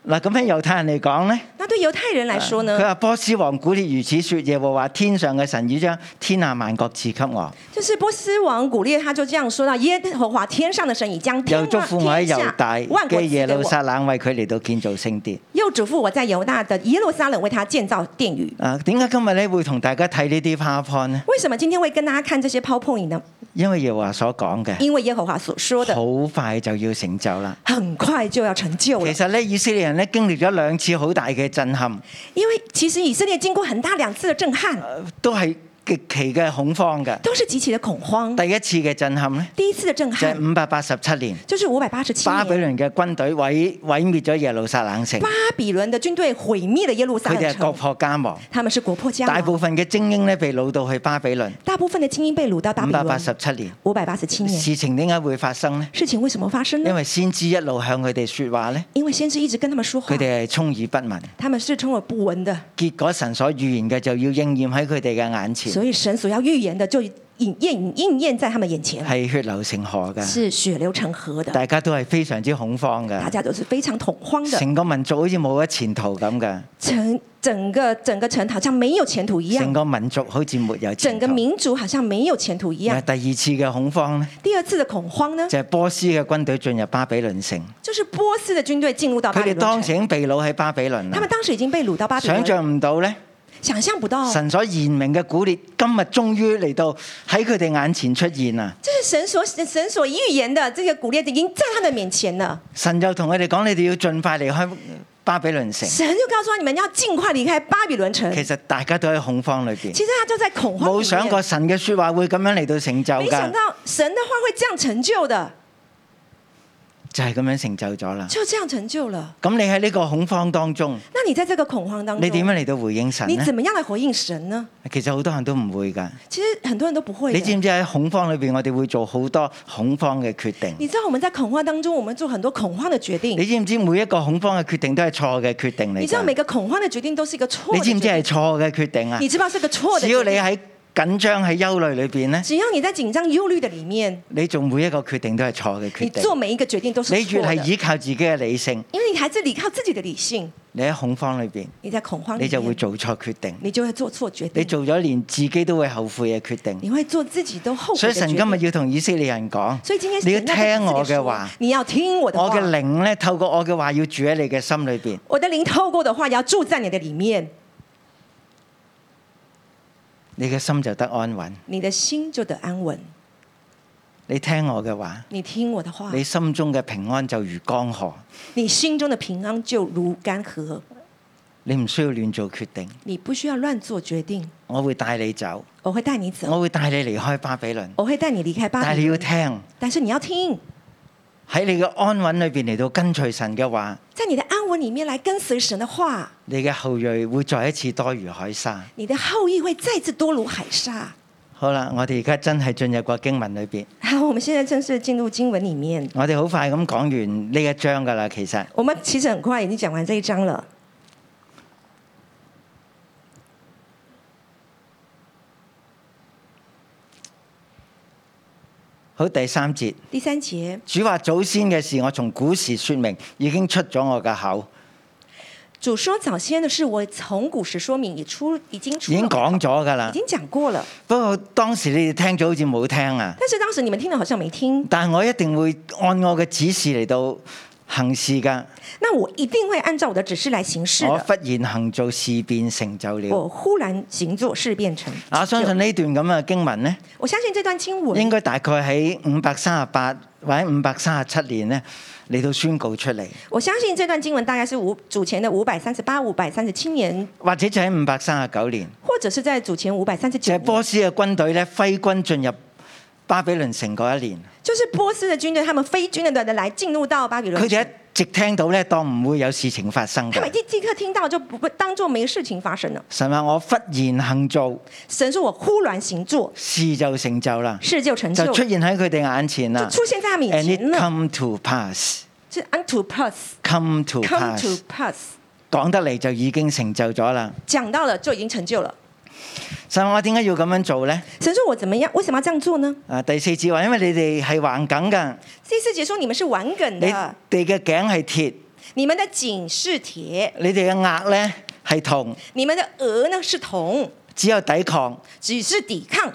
Speaker 2: 嗱，咁喺猶太人嚟講咧，
Speaker 3: 那对犹太人来说
Speaker 2: 佢
Speaker 3: 呢，
Speaker 2: 話波斯王古列如此説：耶和華天上嘅神已將天下萬國賜給我，
Speaker 3: 就是波斯王古列他就这样说到：耶和华天上的神已将天
Speaker 2: 又
Speaker 3: 万
Speaker 2: 祝福我喺
Speaker 3: 天下
Speaker 2: 猶大
Speaker 3: 万国
Speaker 2: 嘅
Speaker 3: 赐
Speaker 2: 耶
Speaker 3: 给
Speaker 2: 路
Speaker 3: 我。
Speaker 2: 撒冷為佢嚟到建造聖殿。
Speaker 3: 又嘱咐我在犹大的耶路撒冷为他建造殿宇。
Speaker 2: 啊，點解今日咧會同大家睇呢啲 PowerPoint 咧？
Speaker 3: 为什么今天会跟大家看这些 PowerPoint 呢？
Speaker 2: 因為耶和華所講嘅，
Speaker 3: 因为耶和华所说的
Speaker 2: 好快就要成就啦。
Speaker 3: 很快就要成就了
Speaker 2: 其。實咧，以色列人咧經歷咗兩次好大嘅震撼，
Speaker 3: 因为其实以色列经过很大两次的震撼，
Speaker 2: 都係極其嘅恐慌嘅。
Speaker 3: 都是极其的恐慌。
Speaker 2: 第一次嘅震撼咧，
Speaker 3: 第一次的震
Speaker 2: 就
Speaker 3: 撼
Speaker 2: 係五百八十七年，
Speaker 3: 就是五百八十七
Speaker 2: 巴比
Speaker 3: 年，
Speaker 2: 倫嘅軍隊毀毀滅咗耶路撒冷城
Speaker 3: 巴，比伦的軍隊毀滅了耶路撒
Speaker 2: 佢哋
Speaker 3: 冷
Speaker 2: 係國
Speaker 3: 城，
Speaker 2: 破家亡，
Speaker 3: 他们是國破家
Speaker 2: 大
Speaker 3: 亡，
Speaker 2: 部分嘅精英咧被擄到去巴比倫。
Speaker 3: 大部分的精英被掳到巴
Speaker 2: 五
Speaker 3: 比
Speaker 2: 百八十
Speaker 3: 伦。
Speaker 2: 七年，
Speaker 3: 五百八十七年，
Speaker 2: 事情點解會發生呢？
Speaker 3: 事情为什么发生
Speaker 2: 因
Speaker 3: 呢？
Speaker 2: 為先知一路向佢哋說話咧，
Speaker 3: 因为先知一直跟他们说话
Speaker 2: 佢，哋係充耳不聞。
Speaker 3: 他们是充耳不聞的，
Speaker 2: 結果神所預言嘅就要應驗喺佢哋嘅眼前，
Speaker 3: 所以神所要預言的就應應應驗在他們眼前，
Speaker 2: 係血流成河㗎。
Speaker 3: 是血流成河的，
Speaker 2: 大家都係非常之恐慌
Speaker 3: 大
Speaker 2: 㗎，
Speaker 3: 家都是非常恐慌的，
Speaker 2: 成個民族好似冇咗前途咁㗎，
Speaker 3: 成整个整个城好像没有前途一
Speaker 2: 成
Speaker 3: 样，
Speaker 2: 個民族好似沒有前
Speaker 3: 整
Speaker 2: 途
Speaker 3: 个。民族好像没有前途一
Speaker 2: 第
Speaker 3: 样
Speaker 2: 二。次嘅恐慌呢，
Speaker 3: 第二次的恐慌呢，
Speaker 2: 就係波斯嘅軍隊進入巴比倫城，
Speaker 3: 就是波斯的军队进入到
Speaker 2: 佢
Speaker 3: 巴比
Speaker 2: 哋當
Speaker 3: 伦
Speaker 2: 時
Speaker 3: 城，
Speaker 2: 已經被擄喺巴比倫
Speaker 3: 他
Speaker 2: 啦
Speaker 3: 们，当时已经被掳到巴比
Speaker 2: 想
Speaker 3: 伦，
Speaker 2: 像唔到呢，
Speaker 3: 想象不到，
Speaker 2: 神所言明嘅古列今日終於嚟到喺佢哋眼前出啊現啦。
Speaker 3: 这是神所神所预言的这个古列已经在他们面前了。
Speaker 2: 神就同佢哋講：你哋要盡快離開巴比倫城。
Speaker 3: 神就告诉他你们要尽快离开巴比伦城。
Speaker 2: 其實大家都喺恐慌裏邊，
Speaker 3: 其实他就在恐慌里
Speaker 2: 冇
Speaker 3: 面，
Speaker 2: 想過神嘅説話會咁樣嚟到成就
Speaker 3: 没想
Speaker 2: 㗎，
Speaker 3: 到神的话会这样成就的，
Speaker 2: 就係咁樣成就咗啦。
Speaker 3: 就这样成就了。
Speaker 2: 咁你喺呢個恐慌當中，
Speaker 3: 那你在这个恐慌当中，
Speaker 2: 你點樣嚟到回應神
Speaker 3: 你
Speaker 2: 呢？
Speaker 3: 怎么样来回应神呢？
Speaker 2: 其實好多人都唔會㗎。
Speaker 3: 其实很多人都不会的。
Speaker 2: 你知唔知喺恐慌裏邊，我哋會做好多恐慌嘅決定？
Speaker 3: 你知道我们在恐慌当中，我们做很多恐慌的决定。
Speaker 2: 你知唔知每一個恐慌嘅決定都係錯嘅決定嚟㗎？
Speaker 3: 你知道每个恐慌的决定都是一个错
Speaker 2: 你
Speaker 3: 的决
Speaker 2: 知唔
Speaker 3: 定。
Speaker 2: 知係錯嘅決定啊
Speaker 3: 你？知道是个错的
Speaker 2: 只要
Speaker 3: 决
Speaker 2: 你
Speaker 3: 定。
Speaker 2: 喺緊張喺憂慮裏邊呢，
Speaker 3: 只要你在紧张忧虑的里面，
Speaker 2: 你做每一個決定都係錯嘅
Speaker 3: 你
Speaker 2: 決定。
Speaker 3: 做每一个决定都是
Speaker 2: 你
Speaker 3: 错
Speaker 2: 越
Speaker 3: 的。
Speaker 2: 係依靠自己嘅理性，
Speaker 3: 因为你还是依靠自己的理性，
Speaker 2: 你喺恐慌裏邊，
Speaker 3: 你在恐慌里
Speaker 2: 你
Speaker 3: 面，
Speaker 2: 就會做錯決定。
Speaker 3: 你就會做错决定，
Speaker 2: 你做咗連自己都會後悔嘅決定。
Speaker 3: 你会做自己都后悔
Speaker 2: 所以
Speaker 3: 的决定。
Speaker 2: 神今日要同以色列人講，
Speaker 3: 所以今天
Speaker 2: 你要
Speaker 3: 神在
Speaker 2: 聽
Speaker 3: 跟以色列
Speaker 2: 我嘅
Speaker 3: 说
Speaker 2: 話，
Speaker 3: 你要听我的
Speaker 2: 我
Speaker 3: 话，
Speaker 2: 嘅靈咧透過我嘅話要住喺你嘅心裏邊。
Speaker 3: 我的灵透过的话要住在你的里面，
Speaker 2: 你嘅心就得安穩。
Speaker 3: 你的心就得安稳。
Speaker 2: 你聽我嘅話，
Speaker 3: 你听我的话，
Speaker 2: 你心中嘅平安就如江河。
Speaker 3: 你心中的平安就如干涸，
Speaker 2: 你唔需要亂做決定，
Speaker 3: 你不需要乱做决定。
Speaker 2: 我會帶你走，
Speaker 3: 我会带你走，
Speaker 2: 我會帶你離開巴比倫。
Speaker 3: 我会带你离开巴
Speaker 2: 但係
Speaker 3: 比
Speaker 2: 你要
Speaker 3: 伦，
Speaker 2: 聽
Speaker 3: 但是你要听，
Speaker 2: 喺你嘅安穩裏邊嚟到跟隨神嘅話，
Speaker 3: 在你的安稳里面来跟随神的话，
Speaker 2: 你嘅後裔會再一次多如海沙。
Speaker 3: 你的后裔会再次多如海沙。
Speaker 2: 好啦，我哋而家真係進入個經文裏邊，
Speaker 3: 好，我们现在正式进入经文里面。
Speaker 2: 我哋好快咁講完呢一章噶啦。其實
Speaker 3: 我们其实很快已经讲完这一章了。
Speaker 2: 好第三節，
Speaker 3: 第三节，
Speaker 2: 主話祖先嘅事，我從古時説明，已經出咗我嘅口，
Speaker 3: 主说早先的事，我从古时说明，已出已经
Speaker 2: 已
Speaker 3: 出了
Speaker 2: 經講咗噶
Speaker 3: 已
Speaker 2: 啦。
Speaker 3: 经讲过了。
Speaker 2: 不過當時你哋聽咗好似冇聽啊，
Speaker 3: 但是当时你们听了好像没听，
Speaker 2: 但係我一定會按我嘅指示嚟到行事噶。
Speaker 3: 那我一定会按照我的指示来行事
Speaker 2: 我
Speaker 3: 的。
Speaker 2: 忽然行做事變成就了。
Speaker 3: 我忽然行作事变成
Speaker 2: 啊我相
Speaker 3: 就
Speaker 2: 信呢段咁嘅經文呢，
Speaker 3: 我相信这段经
Speaker 2: 應
Speaker 3: 文
Speaker 2: 該大概喺五百三十八或者五百三十七年呢嚟到宣告出嚟，
Speaker 3: 我相信这段经文大概是五主前的五百三十八、五百三十七年，
Speaker 2: 或者就喺五百三十九年，
Speaker 3: 或者是在主前五百三十
Speaker 2: 就係
Speaker 3: 九
Speaker 2: 波斯嘅軍隊呢揮軍進入巴比倫城嗰一年，
Speaker 3: 就是波斯的军队，他们非军队的来进入到巴比
Speaker 2: 佢
Speaker 3: 伦，
Speaker 2: 哋一直聽到呢，當唔會有事情發生
Speaker 3: 他们
Speaker 2: 嘅。
Speaker 3: 一即刻听到就不不当做没事情发生了。
Speaker 2: 神話我忽然行做
Speaker 3: 神说我忽然行作，
Speaker 2: 事就成就啦，
Speaker 3: 事就成就
Speaker 2: 就
Speaker 3: 了，
Speaker 2: 出現喺佢哋眼前啦
Speaker 3: 就。出现在他们
Speaker 2: And
Speaker 3: 眼前
Speaker 2: it
Speaker 3: 了。
Speaker 2: come to pass,
Speaker 3: 是 unto
Speaker 2: come
Speaker 3: pass，come
Speaker 2: to
Speaker 3: to
Speaker 2: pass，
Speaker 3: pass，
Speaker 2: 講得嚟就已經成就咗啦。
Speaker 3: 讲到了就已经成就了。
Speaker 2: 神話我點解要咁樣做呢？
Speaker 3: 神说我怎么样？为什么要这样做呢？
Speaker 2: 啊，第四節話，因為你哋係橫梗㗎，
Speaker 3: 第四节说你们是玩梗
Speaker 2: 你
Speaker 3: 的，
Speaker 2: 哋嘅頸係鐵，
Speaker 3: 你们的颈是铁，
Speaker 2: 你哋嘅額呢係銅，
Speaker 3: 你们的额呢是铜，
Speaker 2: 只有抵抗，
Speaker 3: 只是抵抗，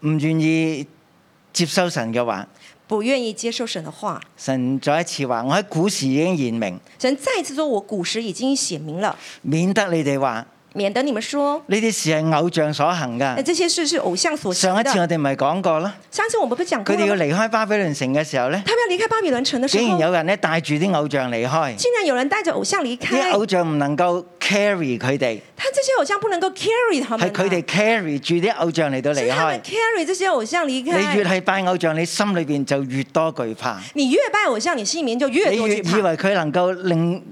Speaker 2: 唔願意接收神嘅話，
Speaker 3: 不愿意接受神的话。
Speaker 2: 神再一次話：我喺古時已經言明，
Speaker 3: 神再一次说，我古时已经写明了，
Speaker 2: 免得你哋話
Speaker 3: 免得你们说，
Speaker 2: 呢啲事係偶像所行
Speaker 3: 那
Speaker 2: 㗎。
Speaker 3: 这些事是偶像所行
Speaker 2: 上一次
Speaker 3: 的。
Speaker 2: 我哋咪講過啦，
Speaker 3: 上次我们不讲过
Speaker 2: 佢哋要
Speaker 3: 了吗？
Speaker 2: 離開巴比倫城嘅時候呢，
Speaker 3: 他们要离开巴比伦城的时候，
Speaker 2: 竟然有人咧帶住啲偶像離開，
Speaker 3: 竟然有人带着偶像离开
Speaker 2: 啲，偶像唔能夠 carry 佢哋，
Speaker 3: 他这些偶像不能够 carry 他们
Speaker 2: 係
Speaker 3: 啊，
Speaker 2: 佢哋 carry 住啲偶像嚟到
Speaker 3: 是
Speaker 2: 離
Speaker 3: 他们
Speaker 2: 開。
Speaker 3: carry 这些偶像离
Speaker 2: 你
Speaker 3: 开。
Speaker 2: 越係拜偶像，你心裏邊就越多懼怕，
Speaker 3: 你越拜偶像，你心里面就越
Speaker 2: 你
Speaker 3: 多
Speaker 2: 越
Speaker 3: 惧
Speaker 2: 以
Speaker 3: 怕。
Speaker 2: 為佢能夠令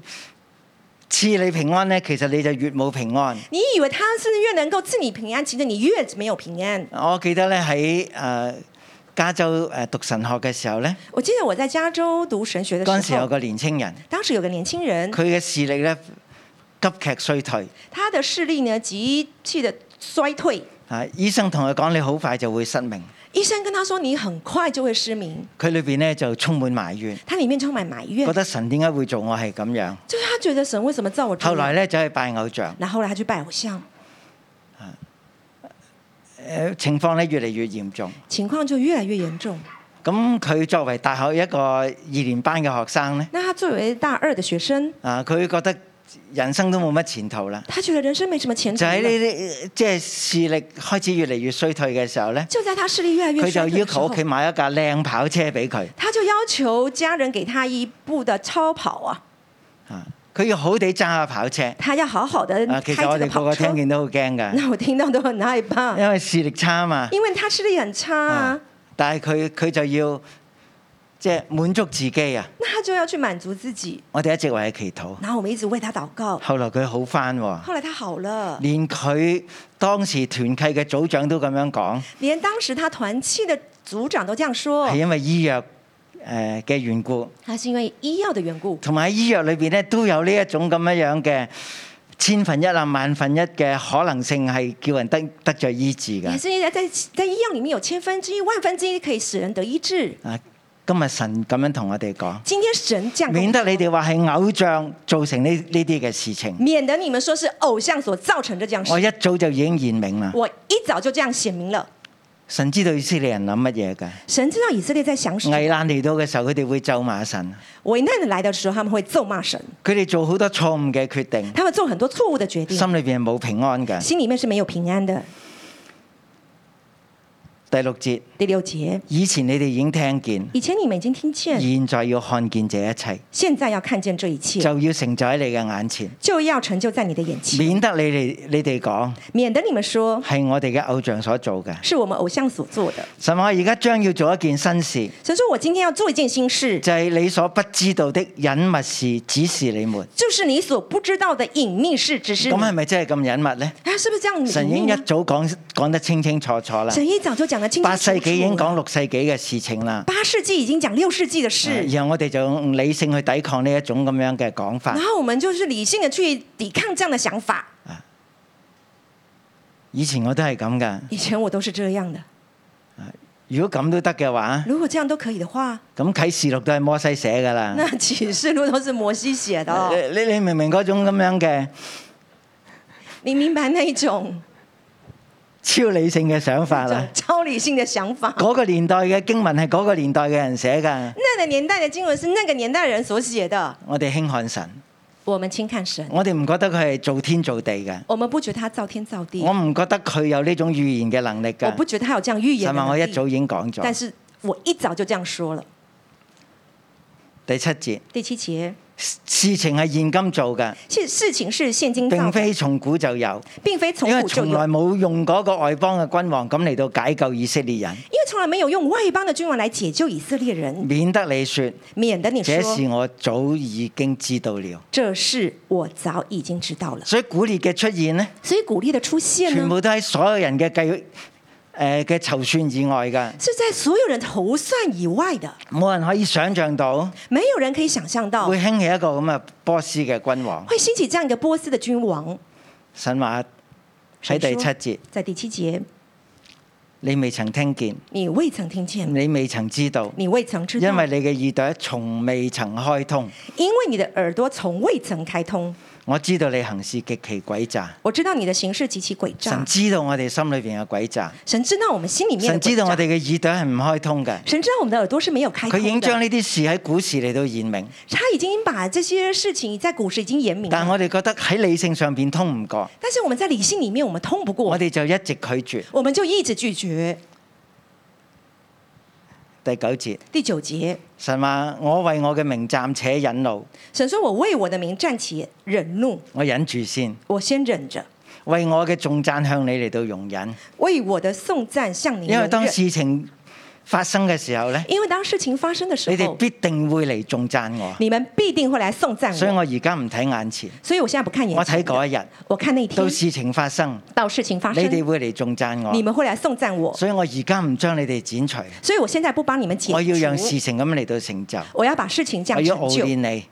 Speaker 2: 賜你平安呢，其實你就越冇平安。
Speaker 3: 你以为他是越能够赐你平安，其实你越没有平安。
Speaker 2: 我記得咧喺誒加州誒讀神學嘅時候咧，
Speaker 3: 我記得我在加州讀神學
Speaker 2: 嗰
Speaker 3: 的
Speaker 2: 陣時
Speaker 3: 時
Speaker 2: 有
Speaker 3: 候，
Speaker 2: 個年青人，
Speaker 3: 當時有個年輕人，
Speaker 2: 佢嘅視力咧急劇衰退
Speaker 3: 他的視力呢急劇的衰退，
Speaker 2: 啊！醫生同佢講：你好快就會失明。
Speaker 3: 醫生跟他說你很快就會失明，
Speaker 2: 佢裏邊咧就充滿埋怨，
Speaker 3: 他裡面充滿埋怨
Speaker 2: 覺，得神點解會做我係咁樣？
Speaker 3: 就是他覺得神為什麼造我這
Speaker 2: 後來
Speaker 3: 樣？
Speaker 2: 咧走去拜偶像，誒、
Speaker 3: 那後來他去拜偶像，
Speaker 2: 情況咧越嚟越嚴重。
Speaker 3: 情況就越來越嚴重。
Speaker 2: 咁佢作為大學一個二年班嘅學生咧，
Speaker 3: 那他作為大二的學生，
Speaker 2: 啊佢覺得人生都冇乜前途啦。
Speaker 3: 他覺得人生沒什麼前途
Speaker 2: 就喺呢
Speaker 3: 了。
Speaker 2: 啲即係視力開始越嚟越衰退嘅時候咧。
Speaker 3: 就在他視力越來越
Speaker 2: 佢
Speaker 3: 衰
Speaker 2: 就
Speaker 3: 退
Speaker 2: 要
Speaker 3: 的時
Speaker 2: 求
Speaker 3: 候
Speaker 2: 屋，企買一架靚跑車俾佢，
Speaker 3: 他就要求家人給他一部的超跑啊，
Speaker 2: 啊，佢要好地揸下跑車。
Speaker 3: 他要好好的
Speaker 2: 啊，其實
Speaker 3: 開
Speaker 2: 我
Speaker 3: 這個
Speaker 2: 哋個個
Speaker 3: 跑車
Speaker 2: 聽。見都好驚㗎，
Speaker 3: 那我聽到都很害怕，
Speaker 2: 因為視力差嘛。
Speaker 3: 因為他視力很差啊
Speaker 2: 啊，但係佢佢就要即係滿足自己啊！
Speaker 3: 那他就要去滿足自己。
Speaker 2: 我哋一直為佢祈禱，
Speaker 3: 然後我們一直為他禱告，
Speaker 2: 後來佢好翻喎。
Speaker 3: 後來他好了，
Speaker 2: 連佢當時團契嘅組長都咁樣講，
Speaker 3: 連當時他團契的組長都這樣說
Speaker 2: 係，因為醫藥誒嘅緣故，
Speaker 3: 他是因為醫藥的緣故，
Speaker 2: 同埋喺醫藥裏邊咧都有呢一種咁樣樣嘅千分一啊、萬分一嘅可能性係叫人得得著醫治㗎
Speaker 3: 也。是因為在在醫藥裡面有千分之一、萬分之一可以使人得醫治。
Speaker 2: 啊，今日神咁樣同我哋講，
Speaker 3: 今天神降，
Speaker 2: 免得你哋話係偶像造成呢呢啲嘅事情。
Speaker 3: 免得你們說是偶像所造成的這樣
Speaker 2: 我
Speaker 3: 事。
Speaker 2: 一早就已經言明啦，
Speaker 3: 我一早就這樣寫明了，
Speaker 2: 神知道以色列人諗乜嘢㗎。
Speaker 3: 神知道以色列在想什麼。
Speaker 2: 危難嚟到嘅時候，佢哋會咒罵神，
Speaker 3: 危難的來的時候，他們會咒罵神，
Speaker 2: 佢哋做好多錯誤嘅決定，
Speaker 3: 他們做很多錯誤的決定，
Speaker 2: 心裏邊係冇平安嘅。
Speaker 3: 心裡面是沒有平安的。
Speaker 2: 第六節，
Speaker 3: 第六節，
Speaker 2: 以前你哋已經聽見，
Speaker 3: 以前你們已經聽見，
Speaker 2: 現在要看見這一切，
Speaker 3: 現在要看見這一切，
Speaker 2: 就要成就喺你嘅眼前，
Speaker 3: 就要成就在你的眼前，
Speaker 2: 免得你哋你哋講
Speaker 3: 免得你們說
Speaker 2: 係我哋嘅偶像所做嘅。
Speaker 3: 是我們偶像所做的。
Speaker 2: 神話而家將要做一件新事。
Speaker 3: 神說：“我今天要做一件新事，
Speaker 2: 就係你所不知道的隱密事，指示你們。
Speaker 3: 就是你所不知道的隱秘事，只是
Speaker 2: 咁
Speaker 3: 你
Speaker 2: 係咪真係咁隱密呢？
Speaker 3: 啊，是不是這樣隱
Speaker 2: 神已
Speaker 3: 秘
Speaker 2: 經一
Speaker 3: 呢？
Speaker 2: 早講講得清清楚楚啦。
Speaker 3: 神一早就講得清清楚楚了。
Speaker 2: 八世紀已經講六世紀嘅事情啦。
Speaker 3: 八世紀已經講六世紀的事，
Speaker 2: 然後我哋就用理性去抵抗呢一種咁樣嘅講法
Speaker 3: 然。後我們就是理性的去抵抗這樣的想法。
Speaker 2: 以前我都係咁噶。
Speaker 3: 以前我都是這樣的，
Speaker 2: 如果咁都得嘅話，
Speaker 3: 如果這樣都可以的話，
Speaker 2: 咁啟示錄都係摩西寫噶啦。
Speaker 3: 那啟示錄都是摩西寫的、哦。
Speaker 2: 你你你明唔明嗰種咁樣嘅
Speaker 3: 你明白那一種
Speaker 2: 超理性嘅想法 啦？
Speaker 3: 超理性的想法？
Speaker 2: 嗰個年代嘅經文係嗰個年代嘅人寫㗎。
Speaker 3: 那個年代的經文是那個年代人所寫的。
Speaker 2: 我哋輕看神，
Speaker 3: 我們輕看神，
Speaker 2: 我哋唔覺得佢係造天造地嘅。
Speaker 3: 我們不覺得他造天造地，
Speaker 2: 我唔覺得佢有呢種預言嘅能力
Speaker 3: 我
Speaker 2: 㗎。
Speaker 3: 不覺得他有這樣預言的
Speaker 2: 神話
Speaker 3: 能
Speaker 2: 我
Speaker 3: 力
Speaker 2: 一早已經講
Speaker 3: 但
Speaker 2: 咗。
Speaker 3: 是我一早就這樣說了。
Speaker 2: 第七節，
Speaker 3: 第七節，
Speaker 2: 事情係現今做嘅，
Speaker 3: 事事情是現今造
Speaker 2: 並
Speaker 3: 的，
Speaker 2: 非從古就有，
Speaker 3: 並非
Speaker 2: 因
Speaker 3: 從
Speaker 2: 為
Speaker 3: 古就
Speaker 2: 從
Speaker 3: 有，因
Speaker 2: 來
Speaker 3: 為
Speaker 2: 冇用嗰個外邦嘅君王咁嚟到解救以色列人，
Speaker 3: 從來沒有用外邦的君王來解救以色列人，
Speaker 2: 免得你說，
Speaker 3: 免得你
Speaker 2: 這
Speaker 3: 說
Speaker 2: 事我早已經知道了。
Speaker 3: 这事我早已經知道了。
Speaker 2: 所以古列嘅出現呢，
Speaker 3: 所以古列的出現
Speaker 2: 全
Speaker 3: 呢，
Speaker 2: 部都喺所有人嘅計誒嘅籌算以外㗎，
Speaker 3: 是在所有人頭算以外的，
Speaker 2: 冇人可以想象到
Speaker 3: 沒有人可以想象到
Speaker 2: 會興起一個咁嘅波斯嘅君王。
Speaker 3: 會興起這樣一個波斯的君王。
Speaker 2: 神話喺
Speaker 3: 神
Speaker 2: 第
Speaker 3: 說
Speaker 2: 七節，
Speaker 3: 在第七節，
Speaker 2: 你未曾聽見。
Speaker 3: 你未曾聽見，
Speaker 2: 你未曾知道，
Speaker 3: 你未曾知道，
Speaker 2: 因為你嘅耳朵從未曾開通。
Speaker 3: 因為你的耳朵從未曾開通。
Speaker 2: 我知道你行事極其詭詐，
Speaker 3: 我知道你的行事极其诡
Speaker 2: 神
Speaker 3: 诈，
Speaker 2: 知道我哋心裏邊嘅詭詐，
Speaker 3: 神知道我们心里面
Speaker 2: 神
Speaker 3: 的
Speaker 2: 知
Speaker 3: 诡
Speaker 2: 道我
Speaker 3: 诈
Speaker 2: 哋，嘅耳朵係唔開通嘅。
Speaker 3: 神知道我们的耳朵是没有开
Speaker 2: 佢
Speaker 3: 通
Speaker 2: 已經將
Speaker 3: 的。
Speaker 2: 呢啲事喺股市嚟到言明，
Speaker 3: 他已经把这些事情在股市已经言明
Speaker 2: 但係
Speaker 3: 了，
Speaker 2: 我哋覺得喺理性上邊通唔過，
Speaker 3: 但是我们在理性里面我们通不
Speaker 2: 我
Speaker 3: 过，
Speaker 2: 哋就一直拒絕。
Speaker 3: 我们就一直拒绝。
Speaker 2: 第九節，
Speaker 3: 第九节，
Speaker 2: 神話我為我嘅名暫且忍怒，
Speaker 3: 神说：“我为我的名站起，忍怒，
Speaker 2: 我忍住先，
Speaker 3: 我先忍着，
Speaker 2: 為我嘅重讚向你嚟到容忍。
Speaker 3: 为我的颂赞向你
Speaker 2: 因
Speaker 3: 容
Speaker 2: 為
Speaker 3: 忍。
Speaker 2: 當事情發生嘅時候呢，
Speaker 3: 因为当事情发生的时
Speaker 2: 你哋
Speaker 3: 候，
Speaker 2: 必定會嚟重讚我，
Speaker 3: 你们必定会来颂赞
Speaker 2: 所以
Speaker 3: 我。
Speaker 2: 我而家唔睇眼前，
Speaker 3: 所以我现在不看眼
Speaker 2: 我
Speaker 3: 前
Speaker 2: 睇
Speaker 3: 的，
Speaker 2: 嗰一日。
Speaker 3: 我看那一天
Speaker 2: 到事情發生，
Speaker 3: 到事情发
Speaker 2: 你
Speaker 3: 生，
Speaker 2: 哋會嚟重讚
Speaker 3: 你
Speaker 2: 我，
Speaker 3: 们会来颂赞我。
Speaker 2: 所以我而家唔將你哋剪除，
Speaker 3: 所以我现在不帮你们解除，
Speaker 2: 我要讓事情咁嚟到成就，
Speaker 3: 我要把事情这
Speaker 2: 我
Speaker 3: 样
Speaker 2: 要
Speaker 3: 成
Speaker 2: 熬
Speaker 3: 就，
Speaker 2: 練你，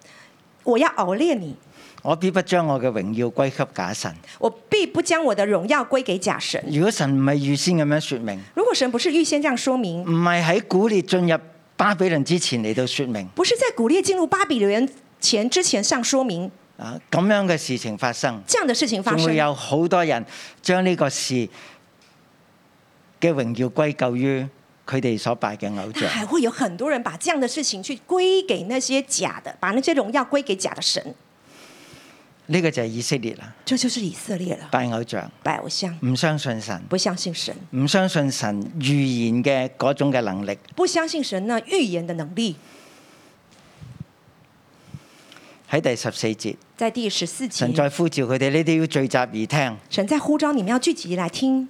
Speaker 3: 我要熬练你，
Speaker 2: 我必不將我嘅榮耀歸給假神。
Speaker 3: 我必不将我的荣耀归给假神。
Speaker 2: 如果神唔係預先咁樣說明，
Speaker 3: 如果神不是预先这样说明，
Speaker 2: 唔係喺古列進入巴比倫之前嚟到說明
Speaker 3: 不是在古列进入巴比伦前之前上说明
Speaker 2: 啊，咁樣嘅事情發生，
Speaker 3: 这样的事情发
Speaker 2: 仲會
Speaker 3: 生，
Speaker 2: 有好多人將呢個事嘅榮耀歸咎於佢哋所拜嘅偶
Speaker 3: 那
Speaker 2: 像。
Speaker 3: 啊还会有很多人把这样的事情去归给那些假的，把那些荣耀归给假的神。
Speaker 2: 呢、個就係以色列啦，
Speaker 3: 这就是以色列了，
Speaker 2: 拜偶像，
Speaker 3: 拜偶像，
Speaker 2: 唔相信神。
Speaker 3: 不相信神，
Speaker 2: 唔相信神預言嘅嗰種嘅能力，
Speaker 3: 不相信神那预言的能力。
Speaker 2: 喺第十四節，
Speaker 3: 在第十四节
Speaker 2: 神，再呼召佢哋，你哋要聚集而聽。
Speaker 3: 神在呼召你们要聚集来听。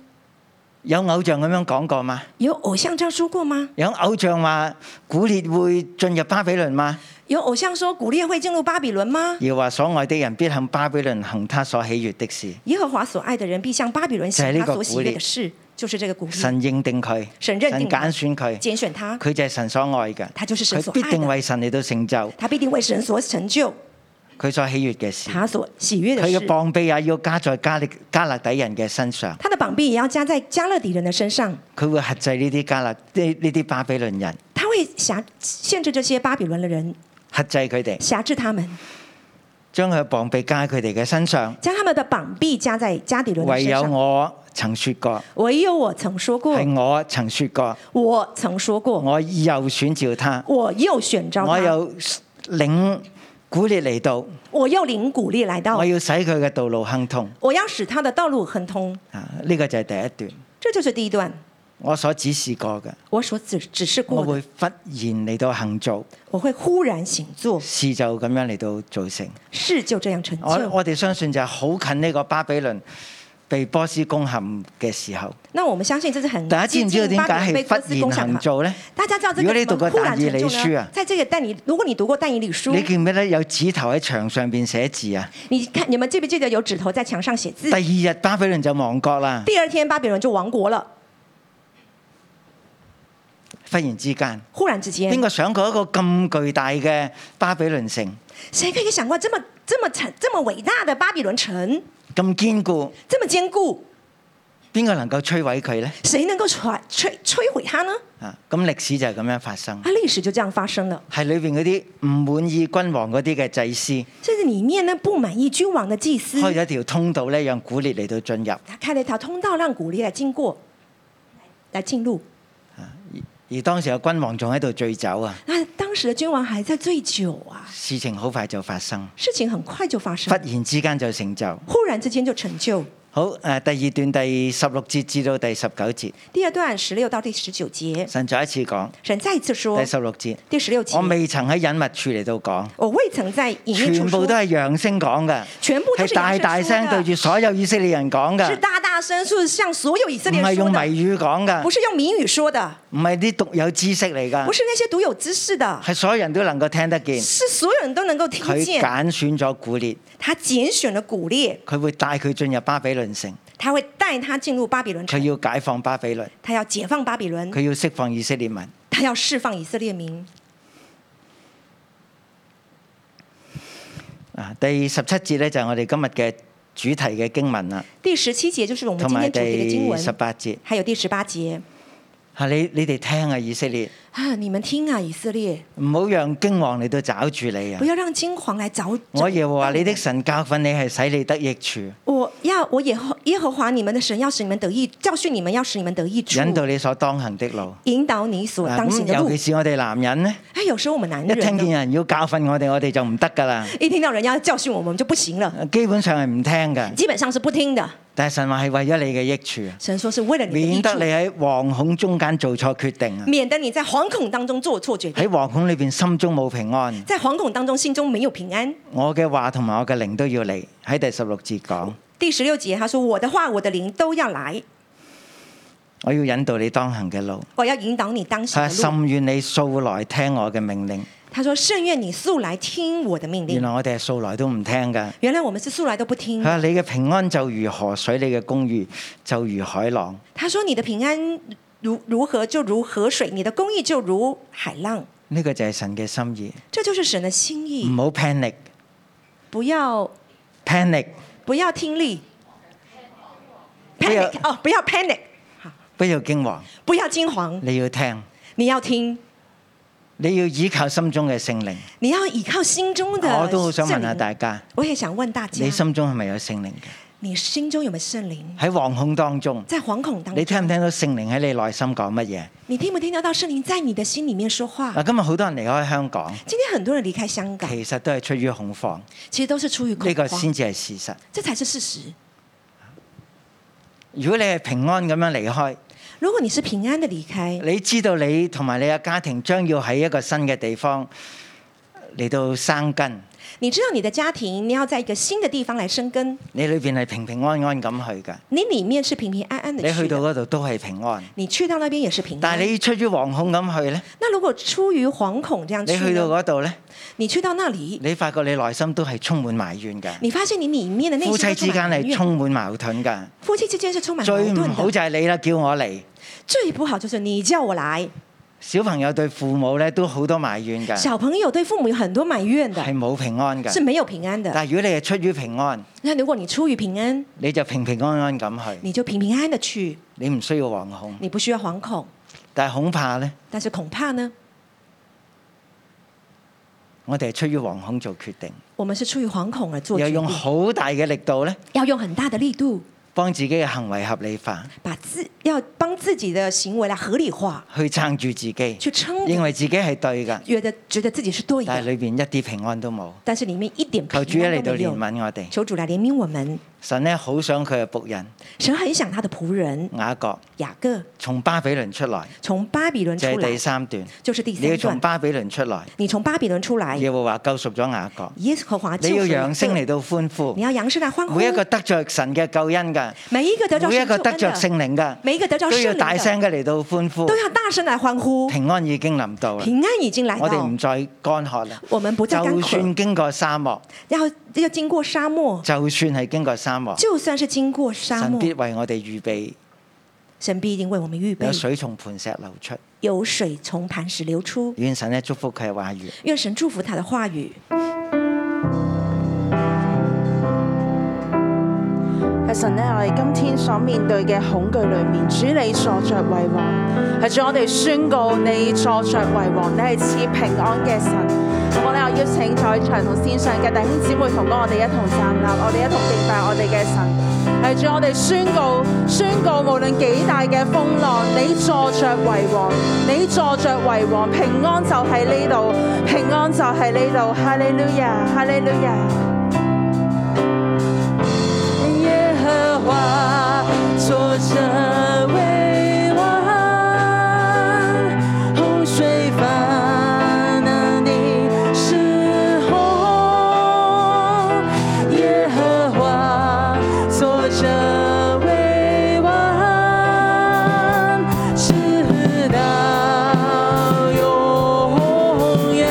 Speaker 2: 有偶像咁樣講過嗎？
Speaker 3: 有偶像这样说过吗？
Speaker 2: 有偶像話古列會進入巴比倫嗎？
Speaker 3: 有偶像说古列会进入巴比伦吗？
Speaker 2: 要話所愛的人必向巴比倫行他所喜悦的事。
Speaker 3: 耶和华所爱的人必向巴比伦
Speaker 2: 在
Speaker 3: 行
Speaker 2: 那个
Speaker 3: 他所喜
Speaker 2: 古
Speaker 3: 悦
Speaker 2: 列
Speaker 3: 的事，就是这个古列。
Speaker 2: 神認定佢，
Speaker 3: 嗯神
Speaker 2: 神
Speaker 3: 認定佢
Speaker 2: 揀選佢，
Speaker 3: 拣选他，
Speaker 2: 佢就係神所愛嘅。
Speaker 3: 他就是神所
Speaker 2: 佢
Speaker 3: 愛
Speaker 2: 必
Speaker 3: 的
Speaker 2: 定為神嚟到成就
Speaker 3: 他必定为神所成就
Speaker 2: 佢所喜悦嘅事。
Speaker 3: 他所喜悦的
Speaker 2: 佢嘅
Speaker 3: 事。
Speaker 2: 膀臂也要加在加力加勒底人嘅身上，
Speaker 3: 他的膀臂也要加在加勒底人的身上，
Speaker 2: 佢會克制呢啲加勒呢呢啲巴比倫人，
Speaker 3: 他会辖限制这些巴比伦的人，
Speaker 2: 克制佢哋。
Speaker 3: 辖制他们，
Speaker 2: 將佢嘅膀臂加喺佢哋嘅身上。
Speaker 3: 将他们的膀臂加在加底伦的
Speaker 2: 唯
Speaker 3: 身
Speaker 2: 有
Speaker 3: 上。
Speaker 2: 我曾說過，
Speaker 3: 唯有我曾说过，
Speaker 2: 係我曾說過，
Speaker 3: 我曾说过，
Speaker 2: 我又選召他，
Speaker 3: 我又选召
Speaker 2: 我
Speaker 3: 他，
Speaker 2: 又領古列嚟到，
Speaker 3: 我又领古列来到
Speaker 2: 我，要使佢嘅道路亨通。
Speaker 3: 我要使他的道路亨通。
Speaker 2: 啊，呢個就係第一段，
Speaker 3: 这就是第一段，
Speaker 2: 我所指示過嘅，
Speaker 3: 我所指指示
Speaker 2: 我
Speaker 3: 过
Speaker 2: 會
Speaker 3: 的，
Speaker 2: 忽然嚟到行做，
Speaker 3: 我会忽然醒坐，
Speaker 2: 事就咁樣嚟到做成。
Speaker 3: 事就这样成
Speaker 2: 我
Speaker 3: 就。
Speaker 2: 我哋相信就係好近呢個巴比倫被波斯攻陷嘅時候，
Speaker 3: 那我们相信这是很
Speaker 2: 大家知
Speaker 3: 接
Speaker 2: 唔知道
Speaker 3: 近
Speaker 2: 點
Speaker 3: 巴
Speaker 2: 解
Speaker 3: 比伦被波
Speaker 2: 係
Speaker 3: 斯
Speaker 2: 忽
Speaker 3: 攻
Speaker 2: 然
Speaker 3: 下
Speaker 2: 行做呢？
Speaker 3: 大家知道这
Speaker 2: 如
Speaker 3: 个
Speaker 2: 果你
Speaker 3: 怎
Speaker 2: 讀過
Speaker 3: 么忽然
Speaker 2: 但以
Speaker 3: 成
Speaker 2: 理
Speaker 3: 就
Speaker 2: 書
Speaker 3: 呢
Speaker 2: 啊？
Speaker 3: 在这个但你，如果你讀過但以理書，
Speaker 2: 你記唔記得有指頭喺牆上邊寫字啊？
Speaker 3: 你看你们记不記得有指頭在牆上寫字？
Speaker 2: 第二日巴比倫就亡國啦，
Speaker 3: 第二天巴比伦就亡國了，
Speaker 2: 忽然之間，
Speaker 3: 忽然之
Speaker 2: 邊
Speaker 3: 间，
Speaker 2: 個想過一個咁巨大嘅巴比倫城
Speaker 3: 谁可以想过这么这么成这么伟大的巴比伦城
Speaker 2: 咁堅固，
Speaker 3: 这么堅固，
Speaker 2: 邊個能夠摧毀佢呢？
Speaker 3: 谁能夠摧摧摧毁它呢？
Speaker 2: 啊，咁歷史就係咁樣發生，
Speaker 3: 啊，历史就这样发生了。
Speaker 2: 係裏邊嗰啲唔滿意君王嗰啲嘅祭司
Speaker 3: 甚至里面呢不滿意君王的祭司，
Speaker 2: 開咗一條通道咧，讓古列嚟到進入，
Speaker 3: 他开了一条通道让古列来经過，来进入。
Speaker 2: 而當時嘅君王仲喺度醉酒啊，
Speaker 3: 那当时的君王还在醉酒啊，
Speaker 2: 事情好快就發生，
Speaker 3: 事情很快就发
Speaker 2: 忽
Speaker 3: 生，
Speaker 2: 然之間就成就。
Speaker 3: 忽然之间就成就。
Speaker 2: 好，誒、第二段第十六節至到第十九節，
Speaker 3: 第二段十六到第十九节，
Speaker 2: 神再一次講
Speaker 3: 神再一次说
Speaker 2: 第，十六節，
Speaker 3: 第十六节
Speaker 2: 我，未曾喺隱密處嚟到講。
Speaker 3: 我未曾在隐秘
Speaker 2: 全
Speaker 3: 处
Speaker 2: 部
Speaker 3: 说
Speaker 2: 都，係揚聲講嘅，
Speaker 3: 全部都
Speaker 2: 係
Speaker 3: 是
Speaker 2: 大大聲
Speaker 3: 聲
Speaker 2: 對住所有以色列人講
Speaker 3: 是
Speaker 2: 嘅，
Speaker 3: 大大声是向所有以色
Speaker 2: 唔
Speaker 3: 列
Speaker 2: 係
Speaker 3: 人
Speaker 2: 用啊
Speaker 3: 说
Speaker 2: 謎
Speaker 3: 的，
Speaker 2: 語講
Speaker 3: 不
Speaker 2: 嘅，
Speaker 3: 是用谜语说的，
Speaker 2: 唔係啲獨有知識嚟
Speaker 3: 不
Speaker 2: 㗎，
Speaker 3: 是那些独有知识的，
Speaker 2: 係所有人都能夠聽得見。
Speaker 3: 是所有人都能够听
Speaker 2: 佢
Speaker 3: 见。
Speaker 2: 揀選咗古列，
Speaker 3: 他拣选了古列，
Speaker 2: 佢會帶佢進入巴比倫城，
Speaker 3: 他会带他进入巴比伦
Speaker 2: 佢
Speaker 3: 城，
Speaker 2: 要解放巴比倫，
Speaker 3: 他要解放巴比伦，
Speaker 2: 佢要釋放以色列民。
Speaker 3: 他要释放以色列民。
Speaker 2: 啊，第十七節咧就係我哋今日嘅主題嘅經文啦，
Speaker 3: 第十七节就是我们
Speaker 2: 同
Speaker 3: 今
Speaker 2: 埋
Speaker 3: 天主题的经
Speaker 2: 第十
Speaker 3: 文，
Speaker 2: 八節。
Speaker 3: 还有第十八节。
Speaker 2: 啊，你你哋聽啊，以色列，
Speaker 3: 啊，你们听啊，以色列，
Speaker 2: 唔好讓驚惶嚟到找住你啊
Speaker 3: 不！要让惊惶来找。
Speaker 2: 我耶和華你的神教訓你係使你得益處，
Speaker 3: 我要我耶和耶和华你们的神要使你们得益，教训你们要使你们得益处，
Speaker 2: 引導你所當行的路。
Speaker 3: 引导你所
Speaker 2: 啊
Speaker 3: 当
Speaker 2: 咁
Speaker 3: 行的
Speaker 2: 尤
Speaker 3: 路
Speaker 2: 其。是我哋男人呢，
Speaker 3: 哎，有时候我们男
Speaker 2: 一聽
Speaker 3: 人
Speaker 2: 見
Speaker 3: 呢
Speaker 2: 有人要教訓我哋，我哋就唔得噶啦，
Speaker 3: 一听到人家教训我们，我们就不行了，
Speaker 2: 基本上係唔聽嘅。
Speaker 3: 基本上是不听的。
Speaker 2: 但係神話係為咗你嘅益處啊，
Speaker 3: 神说是为了你的益
Speaker 2: 免得
Speaker 3: 处
Speaker 2: 你，喺惶恐中間做錯決定啊，
Speaker 3: 免得你在惶恐当中做错决定，
Speaker 2: 喺惶恐裏邊心中冇平安。
Speaker 3: 在惶恐当中心中没有平安。
Speaker 2: 我嘅話同埋我嘅靈都要嚟，喺第十六節講，
Speaker 3: 第十六节他说：“我的话，我的灵都要来，
Speaker 2: 我要引導你當行嘅路。
Speaker 3: 我要引导你当
Speaker 2: 佢話
Speaker 3: 行的路。
Speaker 2: 甚願你素來聽我嘅命令。”
Speaker 3: 他说：“甚愿你素来听我的命
Speaker 2: 原
Speaker 3: 令。
Speaker 2: 來我哋係素來都唔聽㗎。”
Speaker 3: 原来我们是素来都不
Speaker 2: 佢
Speaker 3: 听。
Speaker 2: 話你嘅平安就如河水，你嘅公義就如海浪。
Speaker 3: 他说：“你的平安如如何就如河水，你的公义就如海浪。嗯
Speaker 2: 呢、個就係神嘅心意，”
Speaker 3: 这就是神的心意。
Speaker 2: 唔好 panic，panic
Speaker 3: 不要不要听力
Speaker 2: 不要
Speaker 3: ，panic 哦，不要 panic，好，
Speaker 2: 不要驚惶，
Speaker 3: 不要惊惶，
Speaker 2: 你要聽，
Speaker 3: 你要听，
Speaker 2: 你要倚靠心中嘅聖靈。
Speaker 3: 你要依靠心中的。
Speaker 2: 我都好想問下大，家，
Speaker 3: 我也想问大家，
Speaker 2: 你心中係咪有聖靈嘅？
Speaker 3: 你心中有没有圣灵？
Speaker 2: 喺惶恐當中，
Speaker 3: 在惶恐当中，
Speaker 2: 你聽唔聽到聖靈喺你內心講乜嘢？
Speaker 3: 你听不听得到圣灵在你的心里面说话？
Speaker 2: 嗱，今日好多人離開香港，
Speaker 3: 今天很多人离开香港，
Speaker 2: 其實都係出於恐慌，
Speaker 3: 其实都是出于恐
Speaker 2: 呢個
Speaker 3: 慌
Speaker 2: 先，至係事實。
Speaker 3: 这才是事实。
Speaker 2: 如果你係平安咁樣離開，
Speaker 3: 如果你是平安的离开，
Speaker 2: 你知道你同埋你嘅家庭將要喺一個新嘅地方嚟到生根，
Speaker 3: 你知道你的家庭，你要在一个新的地方来生根，
Speaker 2: 你裏邊係平平安安咁去㗎。
Speaker 3: 你里面是平平安安的
Speaker 2: 你去到
Speaker 3: 的
Speaker 2: 嗰度都係平安，
Speaker 3: 你去到那边也是平
Speaker 2: 但
Speaker 3: 安
Speaker 2: 係。你出於惶恐咁去呢，
Speaker 3: 那如果出于惶恐这样
Speaker 2: 你
Speaker 3: 去
Speaker 2: 去到
Speaker 3: 呢，
Speaker 2: 嗰度呢，
Speaker 3: 你去到那里，
Speaker 2: 你發覺你內心都係充滿埋怨㗎。
Speaker 3: 你发现你里面的内心
Speaker 2: 夫妻
Speaker 3: 都
Speaker 2: 之
Speaker 3: 充
Speaker 2: 間
Speaker 3: 满埋
Speaker 2: 係
Speaker 3: 怨啊
Speaker 2: 充滿矛盾㗎，
Speaker 3: 夫妻之间是充满矛
Speaker 2: 最
Speaker 3: 盾
Speaker 2: 唔好
Speaker 3: 的。
Speaker 2: 就係你啦，叫我嚟。
Speaker 3: 最不好就是你叫我来，
Speaker 2: 小朋友對父母咧都好多埋怨㗎，
Speaker 3: 小朋友对父母有很多埋怨的，
Speaker 2: 係冇平安
Speaker 3: 是
Speaker 2: 㗎。
Speaker 3: 没有平安的。
Speaker 2: 但係如果你係出於平安，
Speaker 3: 那如果你出于平安，
Speaker 2: 你就平平安安咁去，
Speaker 3: 你就平平安安的去，
Speaker 2: 你唔需要惶恐。
Speaker 3: 你不需要惶恐。
Speaker 2: 但係恐怕呢，
Speaker 3: 但是恐怕呢，
Speaker 2: 我哋係出於惶恐做決定，
Speaker 3: 我们是出于惶恐而做
Speaker 2: 又
Speaker 3: 决定
Speaker 2: 用，好大嘅力度咧，
Speaker 3: 要用很大的力度
Speaker 2: 幫自己嘅行為合理化，
Speaker 3: 把自要帮自己的行为来合理化，
Speaker 2: 去撐住自己，
Speaker 3: 去撑着
Speaker 2: 認為自己係對㗎，
Speaker 3: 觉得觉得自己是对
Speaker 2: 但係
Speaker 3: 的，
Speaker 2: 裏邊一啲平安都冇。
Speaker 3: 但是里面一点
Speaker 2: 求主一
Speaker 3: 平
Speaker 2: 嚟
Speaker 3: 安
Speaker 2: 到
Speaker 3: 都没
Speaker 2: 憐
Speaker 3: 有。
Speaker 2: 憫我哋，
Speaker 3: 求主来怜悯我们。
Speaker 2: 神咧好想佢嘅仆人
Speaker 3: 神很想他的仆人
Speaker 2: 雅各
Speaker 3: 雅各
Speaker 2: 從巴比倫出來，
Speaker 3: 从巴比伦
Speaker 2: 就
Speaker 3: 出
Speaker 2: 係第
Speaker 3: 来，
Speaker 2: 三段。
Speaker 3: 就是第
Speaker 2: 你要
Speaker 3: 三
Speaker 2: 從
Speaker 3: 段。
Speaker 2: 巴比倫出來，
Speaker 3: 你从巴比伦出来，
Speaker 2: 耶和華救贖咗雅各。
Speaker 3: 耶和华救
Speaker 2: 你要
Speaker 3: 赎
Speaker 2: 揚聲
Speaker 3: 你
Speaker 2: 嚟到歡呼
Speaker 3: 你，要扬声来欢呼。
Speaker 2: 每一個得着神嘅救恩㗎，
Speaker 3: 每一个得着
Speaker 2: 每一
Speaker 3: 神
Speaker 2: 個
Speaker 3: 救
Speaker 2: 得
Speaker 3: 恩
Speaker 2: 着聖
Speaker 3: 的，
Speaker 2: 靈㗎，
Speaker 3: 每一个得着
Speaker 2: 都
Speaker 3: 圣
Speaker 2: 要
Speaker 3: 灵
Speaker 2: 大
Speaker 3: 的，
Speaker 2: 聲嘅嚟到歡呼
Speaker 3: 都。要大声来欢呼。
Speaker 2: 平安已經臨到啦，
Speaker 3: 平安已经来
Speaker 2: 我哋
Speaker 3: 到
Speaker 2: 唔，再乾渴啦。
Speaker 3: 我们不再干
Speaker 2: 就
Speaker 3: 渴，
Speaker 2: 算經過沙漠，
Speaker 3: 要要经过沙漠，
Speaker 2: 就算係經過沙漠，
Speaker 3: 就算是经过沙
Speaker 2: 神
Speaker 3: 漠，
Speaker 2: 必為我哋預備
Speaker 3: 神必定为我们预备
Speaker 2: 有水從磐石流出。
Speaker 3: 有水从磐石流出。
Speaker 2: 願神咧祝福佢嘅話語。
Speaker 3: 愿神祝福他的话语。
Speaker 4: 係神咧，我哋今天所面對嘅恐懼裏面，主你坐着為王，係主我哋宣告你坐着為王，你係賜平安嘅神。好咧，我邀請在場同線上嘅弟兄姊妹同工，我哋一同站立，我哋一同敬拜我哋嘅神。係主我哋宣告，宣告無論幾大嘅風浪，你坐着為王，你坐着為王，平安就喺呢度，平安就喺呢度，哈利路亞，哈利路亞。耶和华坐着为王，洪水泛滥的时候，耶和华坐着为王，直到永远。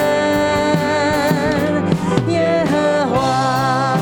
Speaker 4: 耶和华。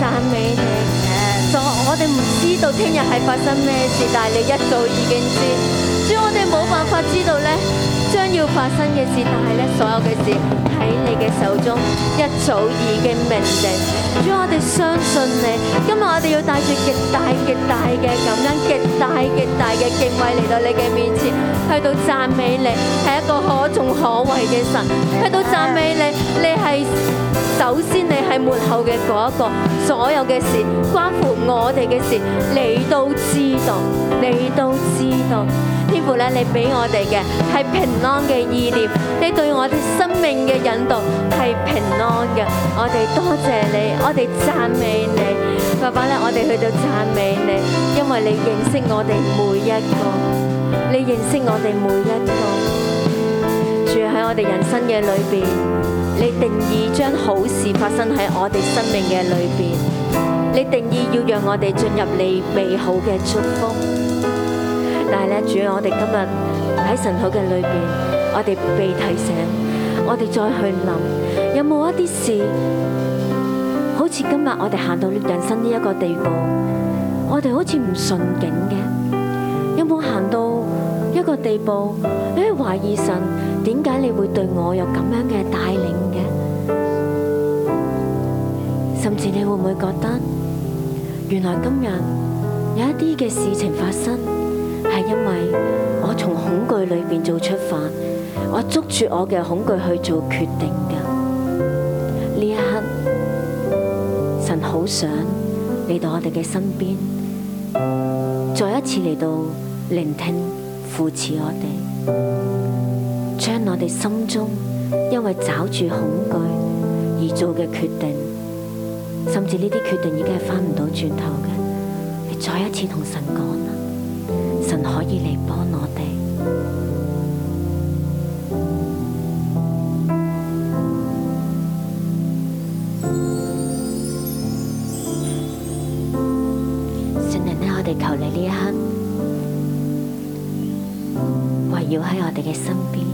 Speaker 5: 讚美你。就我哋唔知道聽日係發生咩事，但係你一早已經知。主，我哋冇辦法知道咧將要發生嘅事，但係咧所有嘅事喺你嘅手中，一早已經命定。主，我哋相信你。今日我哋要帶住極大極大嘅感恩、極大極大嘅敬畏嚟到你嘅面前，去到讚美你係一個可頌可畏嘅神，去到讚美你，你係。首先你係末後嘅嗰一個，所有嘅事關乎我哋嘅事，你都知道，你都知道。天父咧，你俾我哋嘅係平安嘅意念，你對我哋生命嘅引導係平安嘅。我哋多謝你，我哋讚美你，爸爸咧，我哋去到讚美你，因為你認識我哋每一個，你認識我哋每一個，住喺我哋人生嘅裏邊。你定義將好事發生喺我哋生命嘅裏邊，你定義要讓我哋進入你美好嘅祝福。但係咧，主啊，我哋今日喺神土嘅裏邊，我哋被提醒，我哋再去諗，有冇一啲事，好似今日我哋行到人生呢一個地步，我哋好似唔順境嘅，有冇行到一個地步，你去懷疑神點解你會對我有咁樣嘅帶領嘅？甚至你會唔會覺得，原來今日有一啲嘅事情發生，係因為我從恐懼裏邊做出發，我捉住我嘅恐懼去做決定嘅。呢一刻，神好想嚟到我哋嘅身邊。再一次嚟到聆聽扶持我哋，將我哋心中因為找住恐懼而做嘅決定，甚至呢啲決定已經係翻唔到轉頭嘅，你再一次同神講啦，神可以嚟幫我哋。聖靈啊咧，我哋求你呢一刻圍繞喺我哋嘅身邊，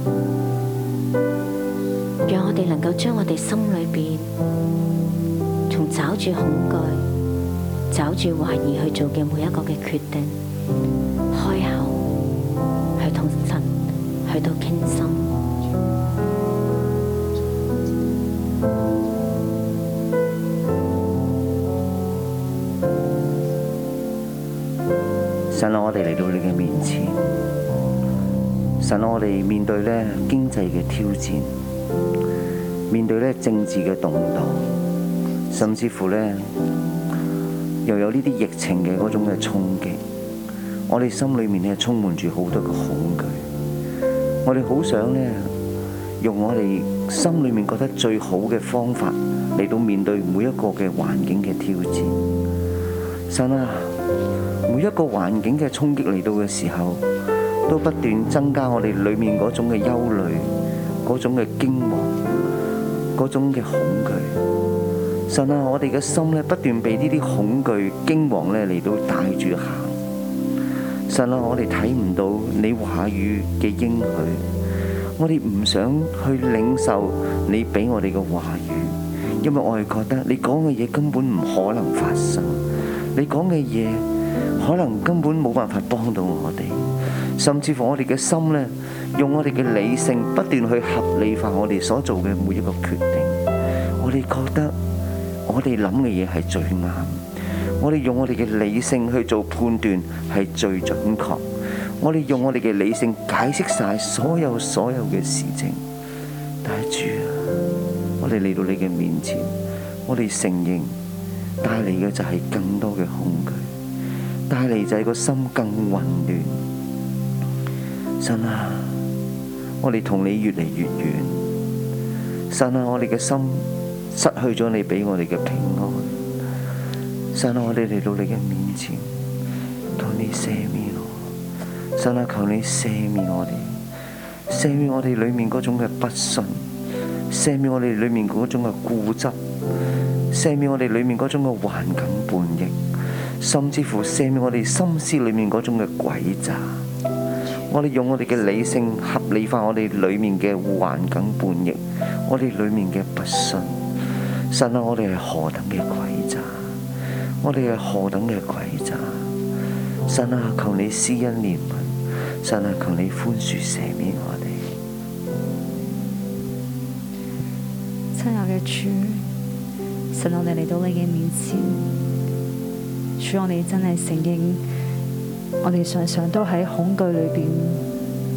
Speaker 5: 讓我哋能夠將我哋心裏邊從找住恐懼、找住懷疑去做嘅每一個嘅決定，開口去同神去到傾心。
Speaker 6: 神啊，我哋嚟到你嘅面前，神啊，我哋面對咧經濟嘅挑戰，面對咧政治嘅動盪，甚至乎咧又有呢啲疫情嘅嗰種嘅衝擊，我哋心裏面咧充滿住好多嘅恐懼，我哋好想咧用我哋心裏面覺得最好嘅方法嚟到面對每一個嘅環境嘅挑戰，神啊！每一個環境嘅衝擊嚟到嘅時候，都不斷增加我哋裡面嗰種嘅憂慮、嗰種嘅驚惶、嗰種嘅恐懼。神啊，我哋嘅心咧不斷被呢啲恐懼、驚惶咧嚟到帶住行。神啊，我哋睇唔到你話語嘅應許，我哋唔想去領受你俾我哋嘅話語，因為我係覺得你講嘅嘢根本唔可能發生，你講嘅嘢。可能根本冇辦法幫到我哋，甚至乎我哋嘅心呢，用我哋嘅理性不斷去合理化我哋所做嘅每一個決定。我哋覺得我哋諗嘅嘢係最啱，我哋用我哋嘅理性去做判斷係最準確，我哋用我哋嘅理性解釋晒所有所有嘅事情。但係主啊，我哋嚟到你嘅面前，我哋承認帶嚟嘅就係更多嘅恐懼。帶嚟就係個心更混亂。神啊，我哋同你越嚟越遠。神啊，我哋嘅心失去咗你俾我哋嘅平安。神啊，我哋嚟到你嘅面前，求你赦免我。神啊，求你赦免我哋，赦免我哋裏面嗰種嘅不信，赦免我哋裏面嗰種嘅固執，赦免我哋裏面嗰種嘅環境叛逆。甚至乎赦免我哋心思裏面嗰種嘅詭詐。我哋用我哋嘅理性合理化我哋裏面嘅環境叛逆，我哋裏面嘅不信。神啊，我哋係何等嘅詭詐！我哋係何等嘅鬼詐！神啊，求你施恩憐憫，神啊，求你寬恕赦免我哋。
Speaker 7: 親愛嘅主，神，啊我哋嚟到你嘅面前，主，我哋真係承認，我哋常常都喺恐懼裏邊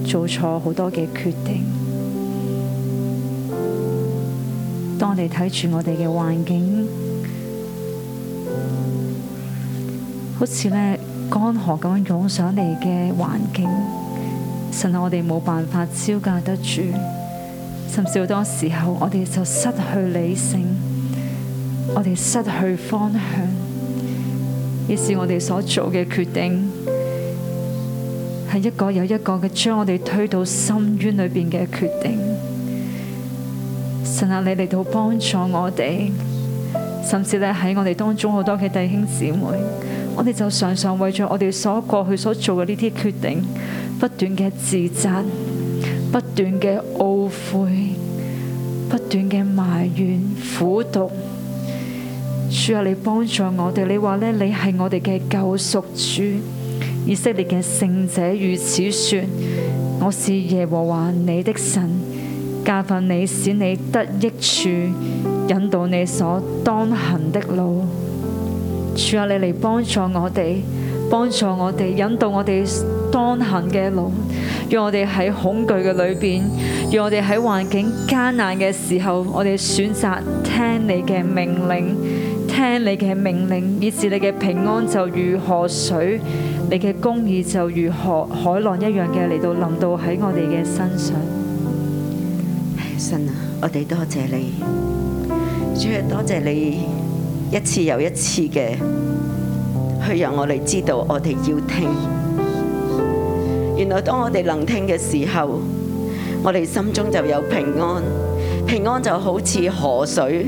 Speaker 7: 做錯好多嘅決定。當我哋睇住我哋嘅環境，好似呢干河咁樣湧上嚟嘅環境，神啊，我哋冇辦法招架得住。甚至好多時候，我哋就失去理性，我哋失去方向，於是我哋所做嘅決定，係一個又一個嘅將我哋推到深淵裏邊嘅決定。神啊，你嚟到幫助我哋，甚至咧喺我哋當中好多嘅弟兄姊妹，我哋就常常為咗我哋所過去所做嘅呢啲決定，不斷嘅自責。不斷嘅懊悔，不斷嘅埋怨、苦毒。主啊，你幫助我哋，你話呢，你係我哋嘅救贖主，以色列嘅聖者如此說：我是耶和華你的神，教訓你，使你得益處，引導你所當行的路。主啊，你嚟幫助我哋，幫助我哋，引導我哋當行嘅路，讓我哋喺恐懼嘅裏邊，讓我哋喺環境艱難嘅時候，我哋選擇聽你嘅命令，聽你嘅命令，以致你嘅平安就如河水，你嘅公義就如河海浪一樣嘅嚟到臨到喺我哋嘅身上。
Speaker 8: 神啊，我哋多謝你，主啊，多謝你一次又一次嘅去讓我哋知道我哋要聽。原來當我哋能聽嘅時候，我哋心中就有平安，平安就好似河水。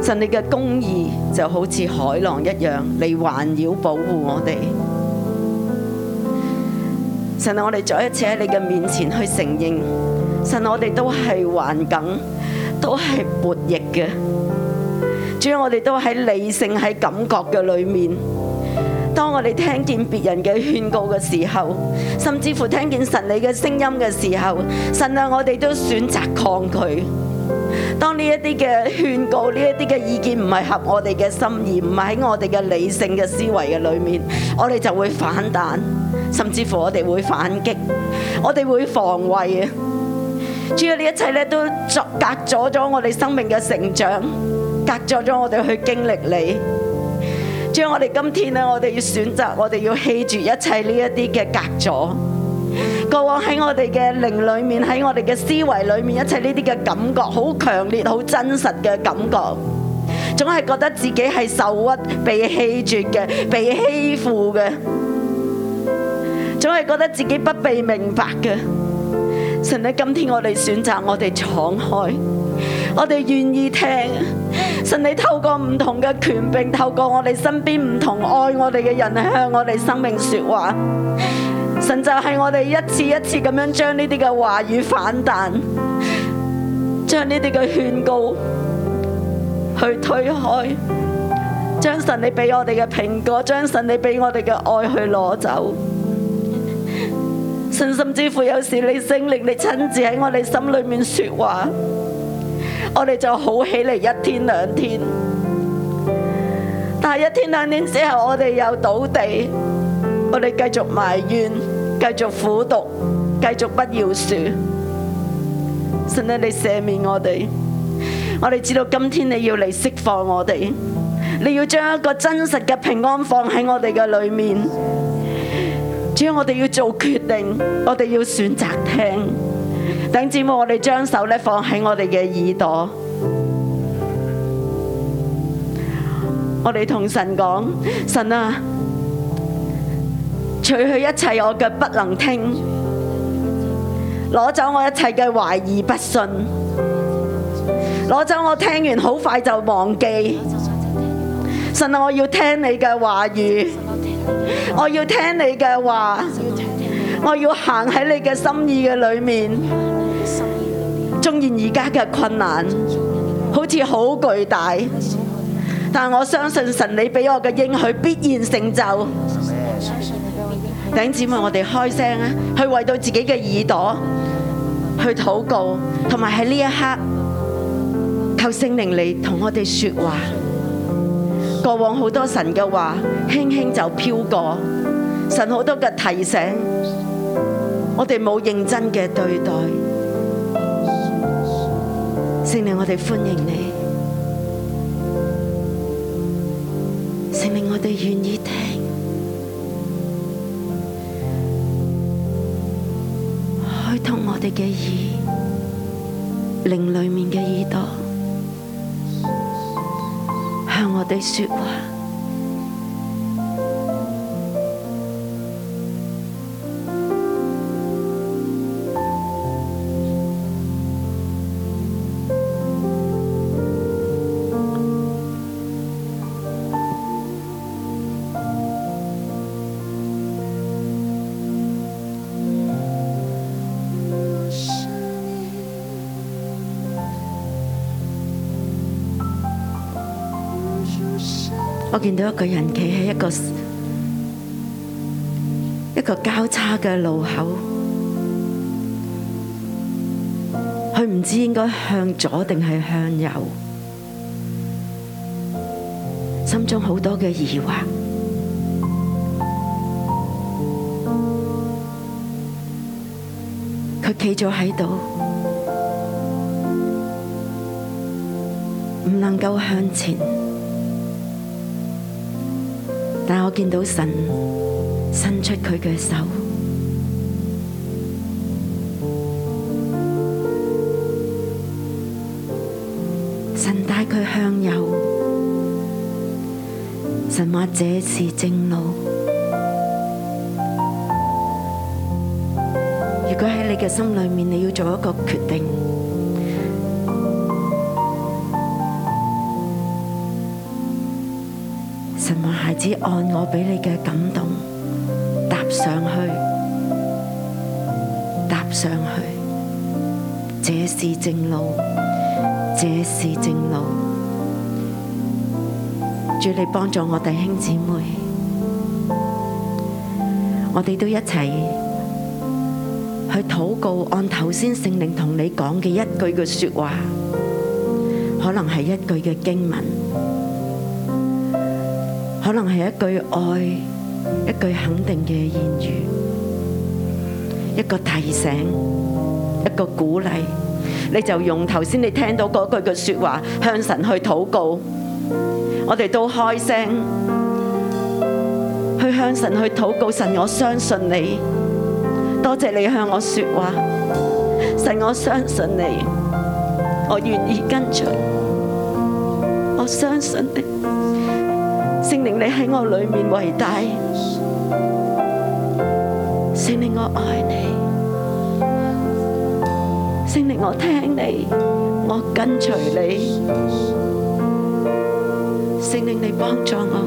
Speaker 8: 神你嘅公義就好似海浪一樣嚟環繞保護我哋。神啊，我哋再一次喺你嘅面前去承認。神，啊我哋都係頑梗，都係悖逆嘅。主啊要我哋都喺理性喺感覺嘅裏面。當我哋聽見別人嘅勸告嘅時候，甚至乎聽見神你嘅聲音嘅時候，神啊，我哋都選擇抗拒。當呢一啲嘅勸告，呢一啲嘅意見唔係合我哋嘅心意，唔係喺我哋嘅理性嘅思維嘅裏面，我哋就會反彈，甚至乎我哋會反擊，我哋會防衞啊！主啊要呢一切咧都阻隔阻咗我哋生命嘅成長，隔阻咗我哋去經歷你。主啊要我哋今天咧，我哋要選擇，我哋要棄住一切呢一啲嘅隔阻。過往喺我哋嘅靈裏面，喺我哋嘅思維裏面，一切呢啲嘅感覺，好強烈、好真實嘅感覺，總係覺得自己係受屈、被棄絕嘅、被欺負嘅，總係覺得自己不被明白嘅。神喺今天我哋選擇我哋敞開，我哋願意聽。神你透過唔同嘅權柄，透過我哋身邊唔同愛我哋嘅人向我哋生命說話。神就係我哋一次一次咁樣將呢啲嘅話語反彈，將呢啲嘅勸告去推開，將神你俾我哋嘅蘋果，將神你俾我哋嘅愛去攞走。神甚至乎有時你聖靈你親自喺我哋心裏面說話，我哋就好起嚟一天兩天，但係一天兩天之後，我哋又倒地，我哋繼續埋怨，繼續苦毒，繼續不饒恕。神啊，你赦免我哋，我哋知道今天你要嚟釋放我哋，你要將一個真實嘅平安放喺我哋嘅裏面。主啊要我哋要做決定，我哋要選擇聽。等姊妹，我哋將手咧放喺我哋嘅耳朵，我哋同神講：神啊，除去一切我嘅不能聽，攞走我一切嘅懷疑不信，攞走我聽完好快就忘記。神啊，我要聽你嘅話語。我要聽你嘅話，我要行喺你嘅心意嘅裏面。縱然而家嘅困難好似好巨大，但我相信神你俾我嘅應許必然成就。弟兄姊妹，我哋開聲啊，去為到自己嘅耳朵去禱告，同埋喺呢一刻求聖靈嚟同我哋說話。過往好多神嘅話，輕輕就飄過，神好多嘅提醒，我哋冇認真嘅對待。聖靈，我哋歡迎你。聖靈，我哋願意聽。開通我哋嘅耳，靈裏面嘅耳朵，向我哋說話。我見到一個人企喺一個一個交叉嘅路口，佢唔知應該向左定係向右，心中好多嘅疑惑。佢企咗喺度，唔能夠向前。但我見到神伸出佢嘅手，神帶佢向右，神話這是正路。如果喺你嘅心裏面，你要做一個決定，神話孩子按我俾你嘅感動，踏上去，踏上去，這是正路，這是正路。主你幫助我弟兄姊妹，我哋都一齊去禱告，按頭先聖靈同你講嘅一句嘅說話，可能係一句嘅經文。可能係一句愛，一句肯定嘅言語，一個提醒，一個鼓勵，你就用頭先你聽到嗰句嘅說話向神去禱告。我哋都開聲去向神去禱告，神我相信你，多謝你向我說話，神我相信你，我願意跟隨，我相信你。聖靈你喺我裏面為大，聖靈我愛你，聖靈我聽你，我跟隨你，聖靈你幫助我，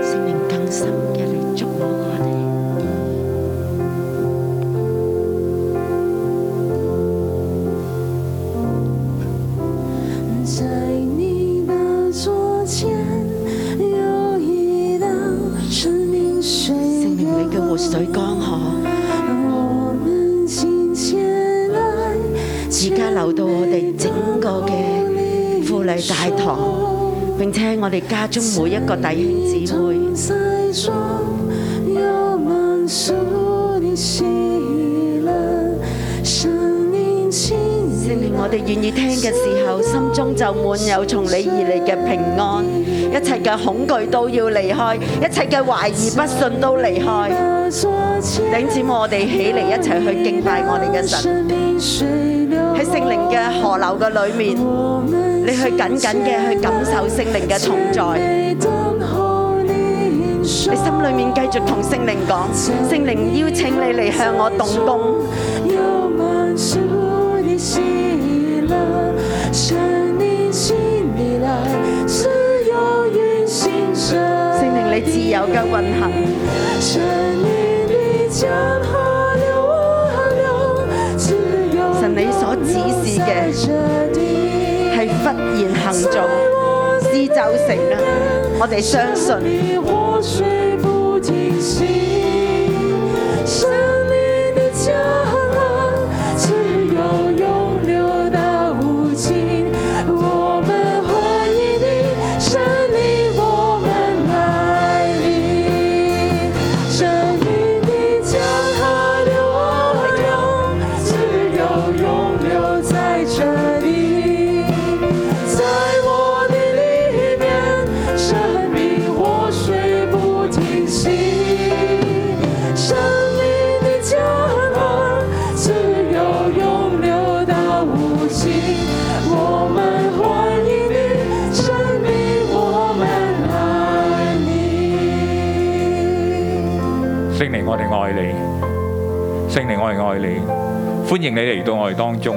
Speaker 8: 聖靈更深嘅嚟觸摸我哋。
Speaker 9: 在你的左前有一道生命水
Speaker 8: 聖靈
Speaker 9: 流
Speaker 8: 你嘅活水江河，
Speaker 9: 我们今天来
Speaker 8: 而家流到我哋整個嘅富麗大堂，並且喺我哋家中每一個弟兄姊妹。
Speaker 9: 在说有满足你喜乐，生命情
Speaker 8: 聖靈，我哋願意聽嘅時候，心中就滿有從你而嚟嘅平安，一切嘅恐懼都要離開，一切嘅懷疑不信都離開。
Speaker 9: 的左前
Speaker 8: 弟兄姊妹，我哋起嚟一齊去敬拜我哋嘅神，
Speaker 9: 生命水流，
Speaker 8: 喺聖靈嘅河流嘅裏面，
Speaker 9: 我们
Speaker 8: 你去緊緊嘅去感受聖靈嘅同在。
Speaker 9: 被等候你手
Speaker 8: 你心裏面繼續同聖靈講，聖靈邀請你嚟向我動工。
Speaker 9: 有满足的喜乐，生命心里来
Speaker 8: 你自由嘅運行。
Speaker 9: 神与你江河流啊流，自由
Speaker 8: 神你所指示嘅
Speaker 9: 这地，
Speaker 8: 係忽然行做，事就成啦。我哋相信，
Speaker 9: 你活水不停息，神与你江河自由永流到无尽。我们欢迎你，神你我们爱你，神与你江河流啊流，自由永流在这里。在我的里面，生命活水不停息，生命的江河自由永流到无尽。我们欢迎你，生命，我们爱你。
Speaker 10: 圣灵，我哋爱你，圣灵，我哋爱你，欢迎你嚟到我哋当中。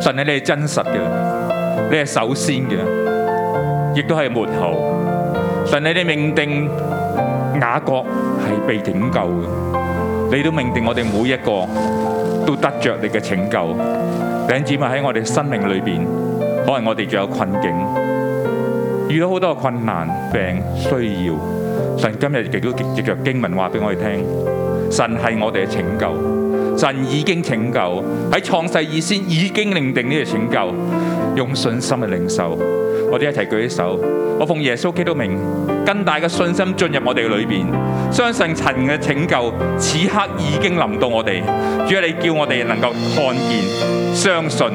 Speaker 10: 神你你系真实嘅，你系首先嘅，亦都系末后。神你你命定雅各系被拯救嘅，你都命定我哋每一个都得着你嘅拯救。弟兄姊妹喺我哋生命里边，可能我哋仲有困境。遇到好多困難、病、需要，神今日亦都藉着經文話俾我哋聽，神係我哋嘅拯救，神已經拯救喺創世以先已經認定呢個拯救，用信心去領受。我哋一齊舉起手，我奉耶穌基督名，更大嘅信心進入我哋裏邊，相信神嘅拯救此刻已經臨到我哋。主啊，你叫我哋能夠看見、相信。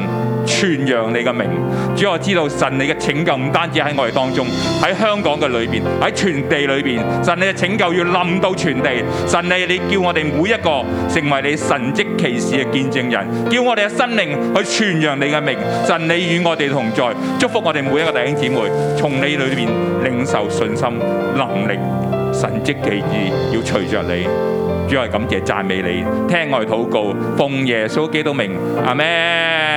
Speaker 10: 傳揚你嘅名。主，啊我知道神你嘅拯救唔單止喺我哋當中，喺香港嘅裏邊，喺全地裏邊，神你嘅拯救要冧到全地。神你，你叫我哋每一個成為你神蹟奇事嘅見證人，叫我哋嘅生命去傳揚你嘅名。神你與我哋同在，祝福我哋每一個弟兄姊妹，從你裏邊領受信心、能力、神蹟奇意，要隨着你。主我哋感謝讚美你，聽我哋禱告，奉耶穌基督名，阿咩？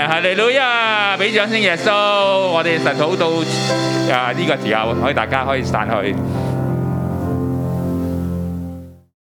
Speaker 10: 哈利路亞！俾掌聲耶穌，我哋神禱到啊呢、個時候，可以大家可以散去。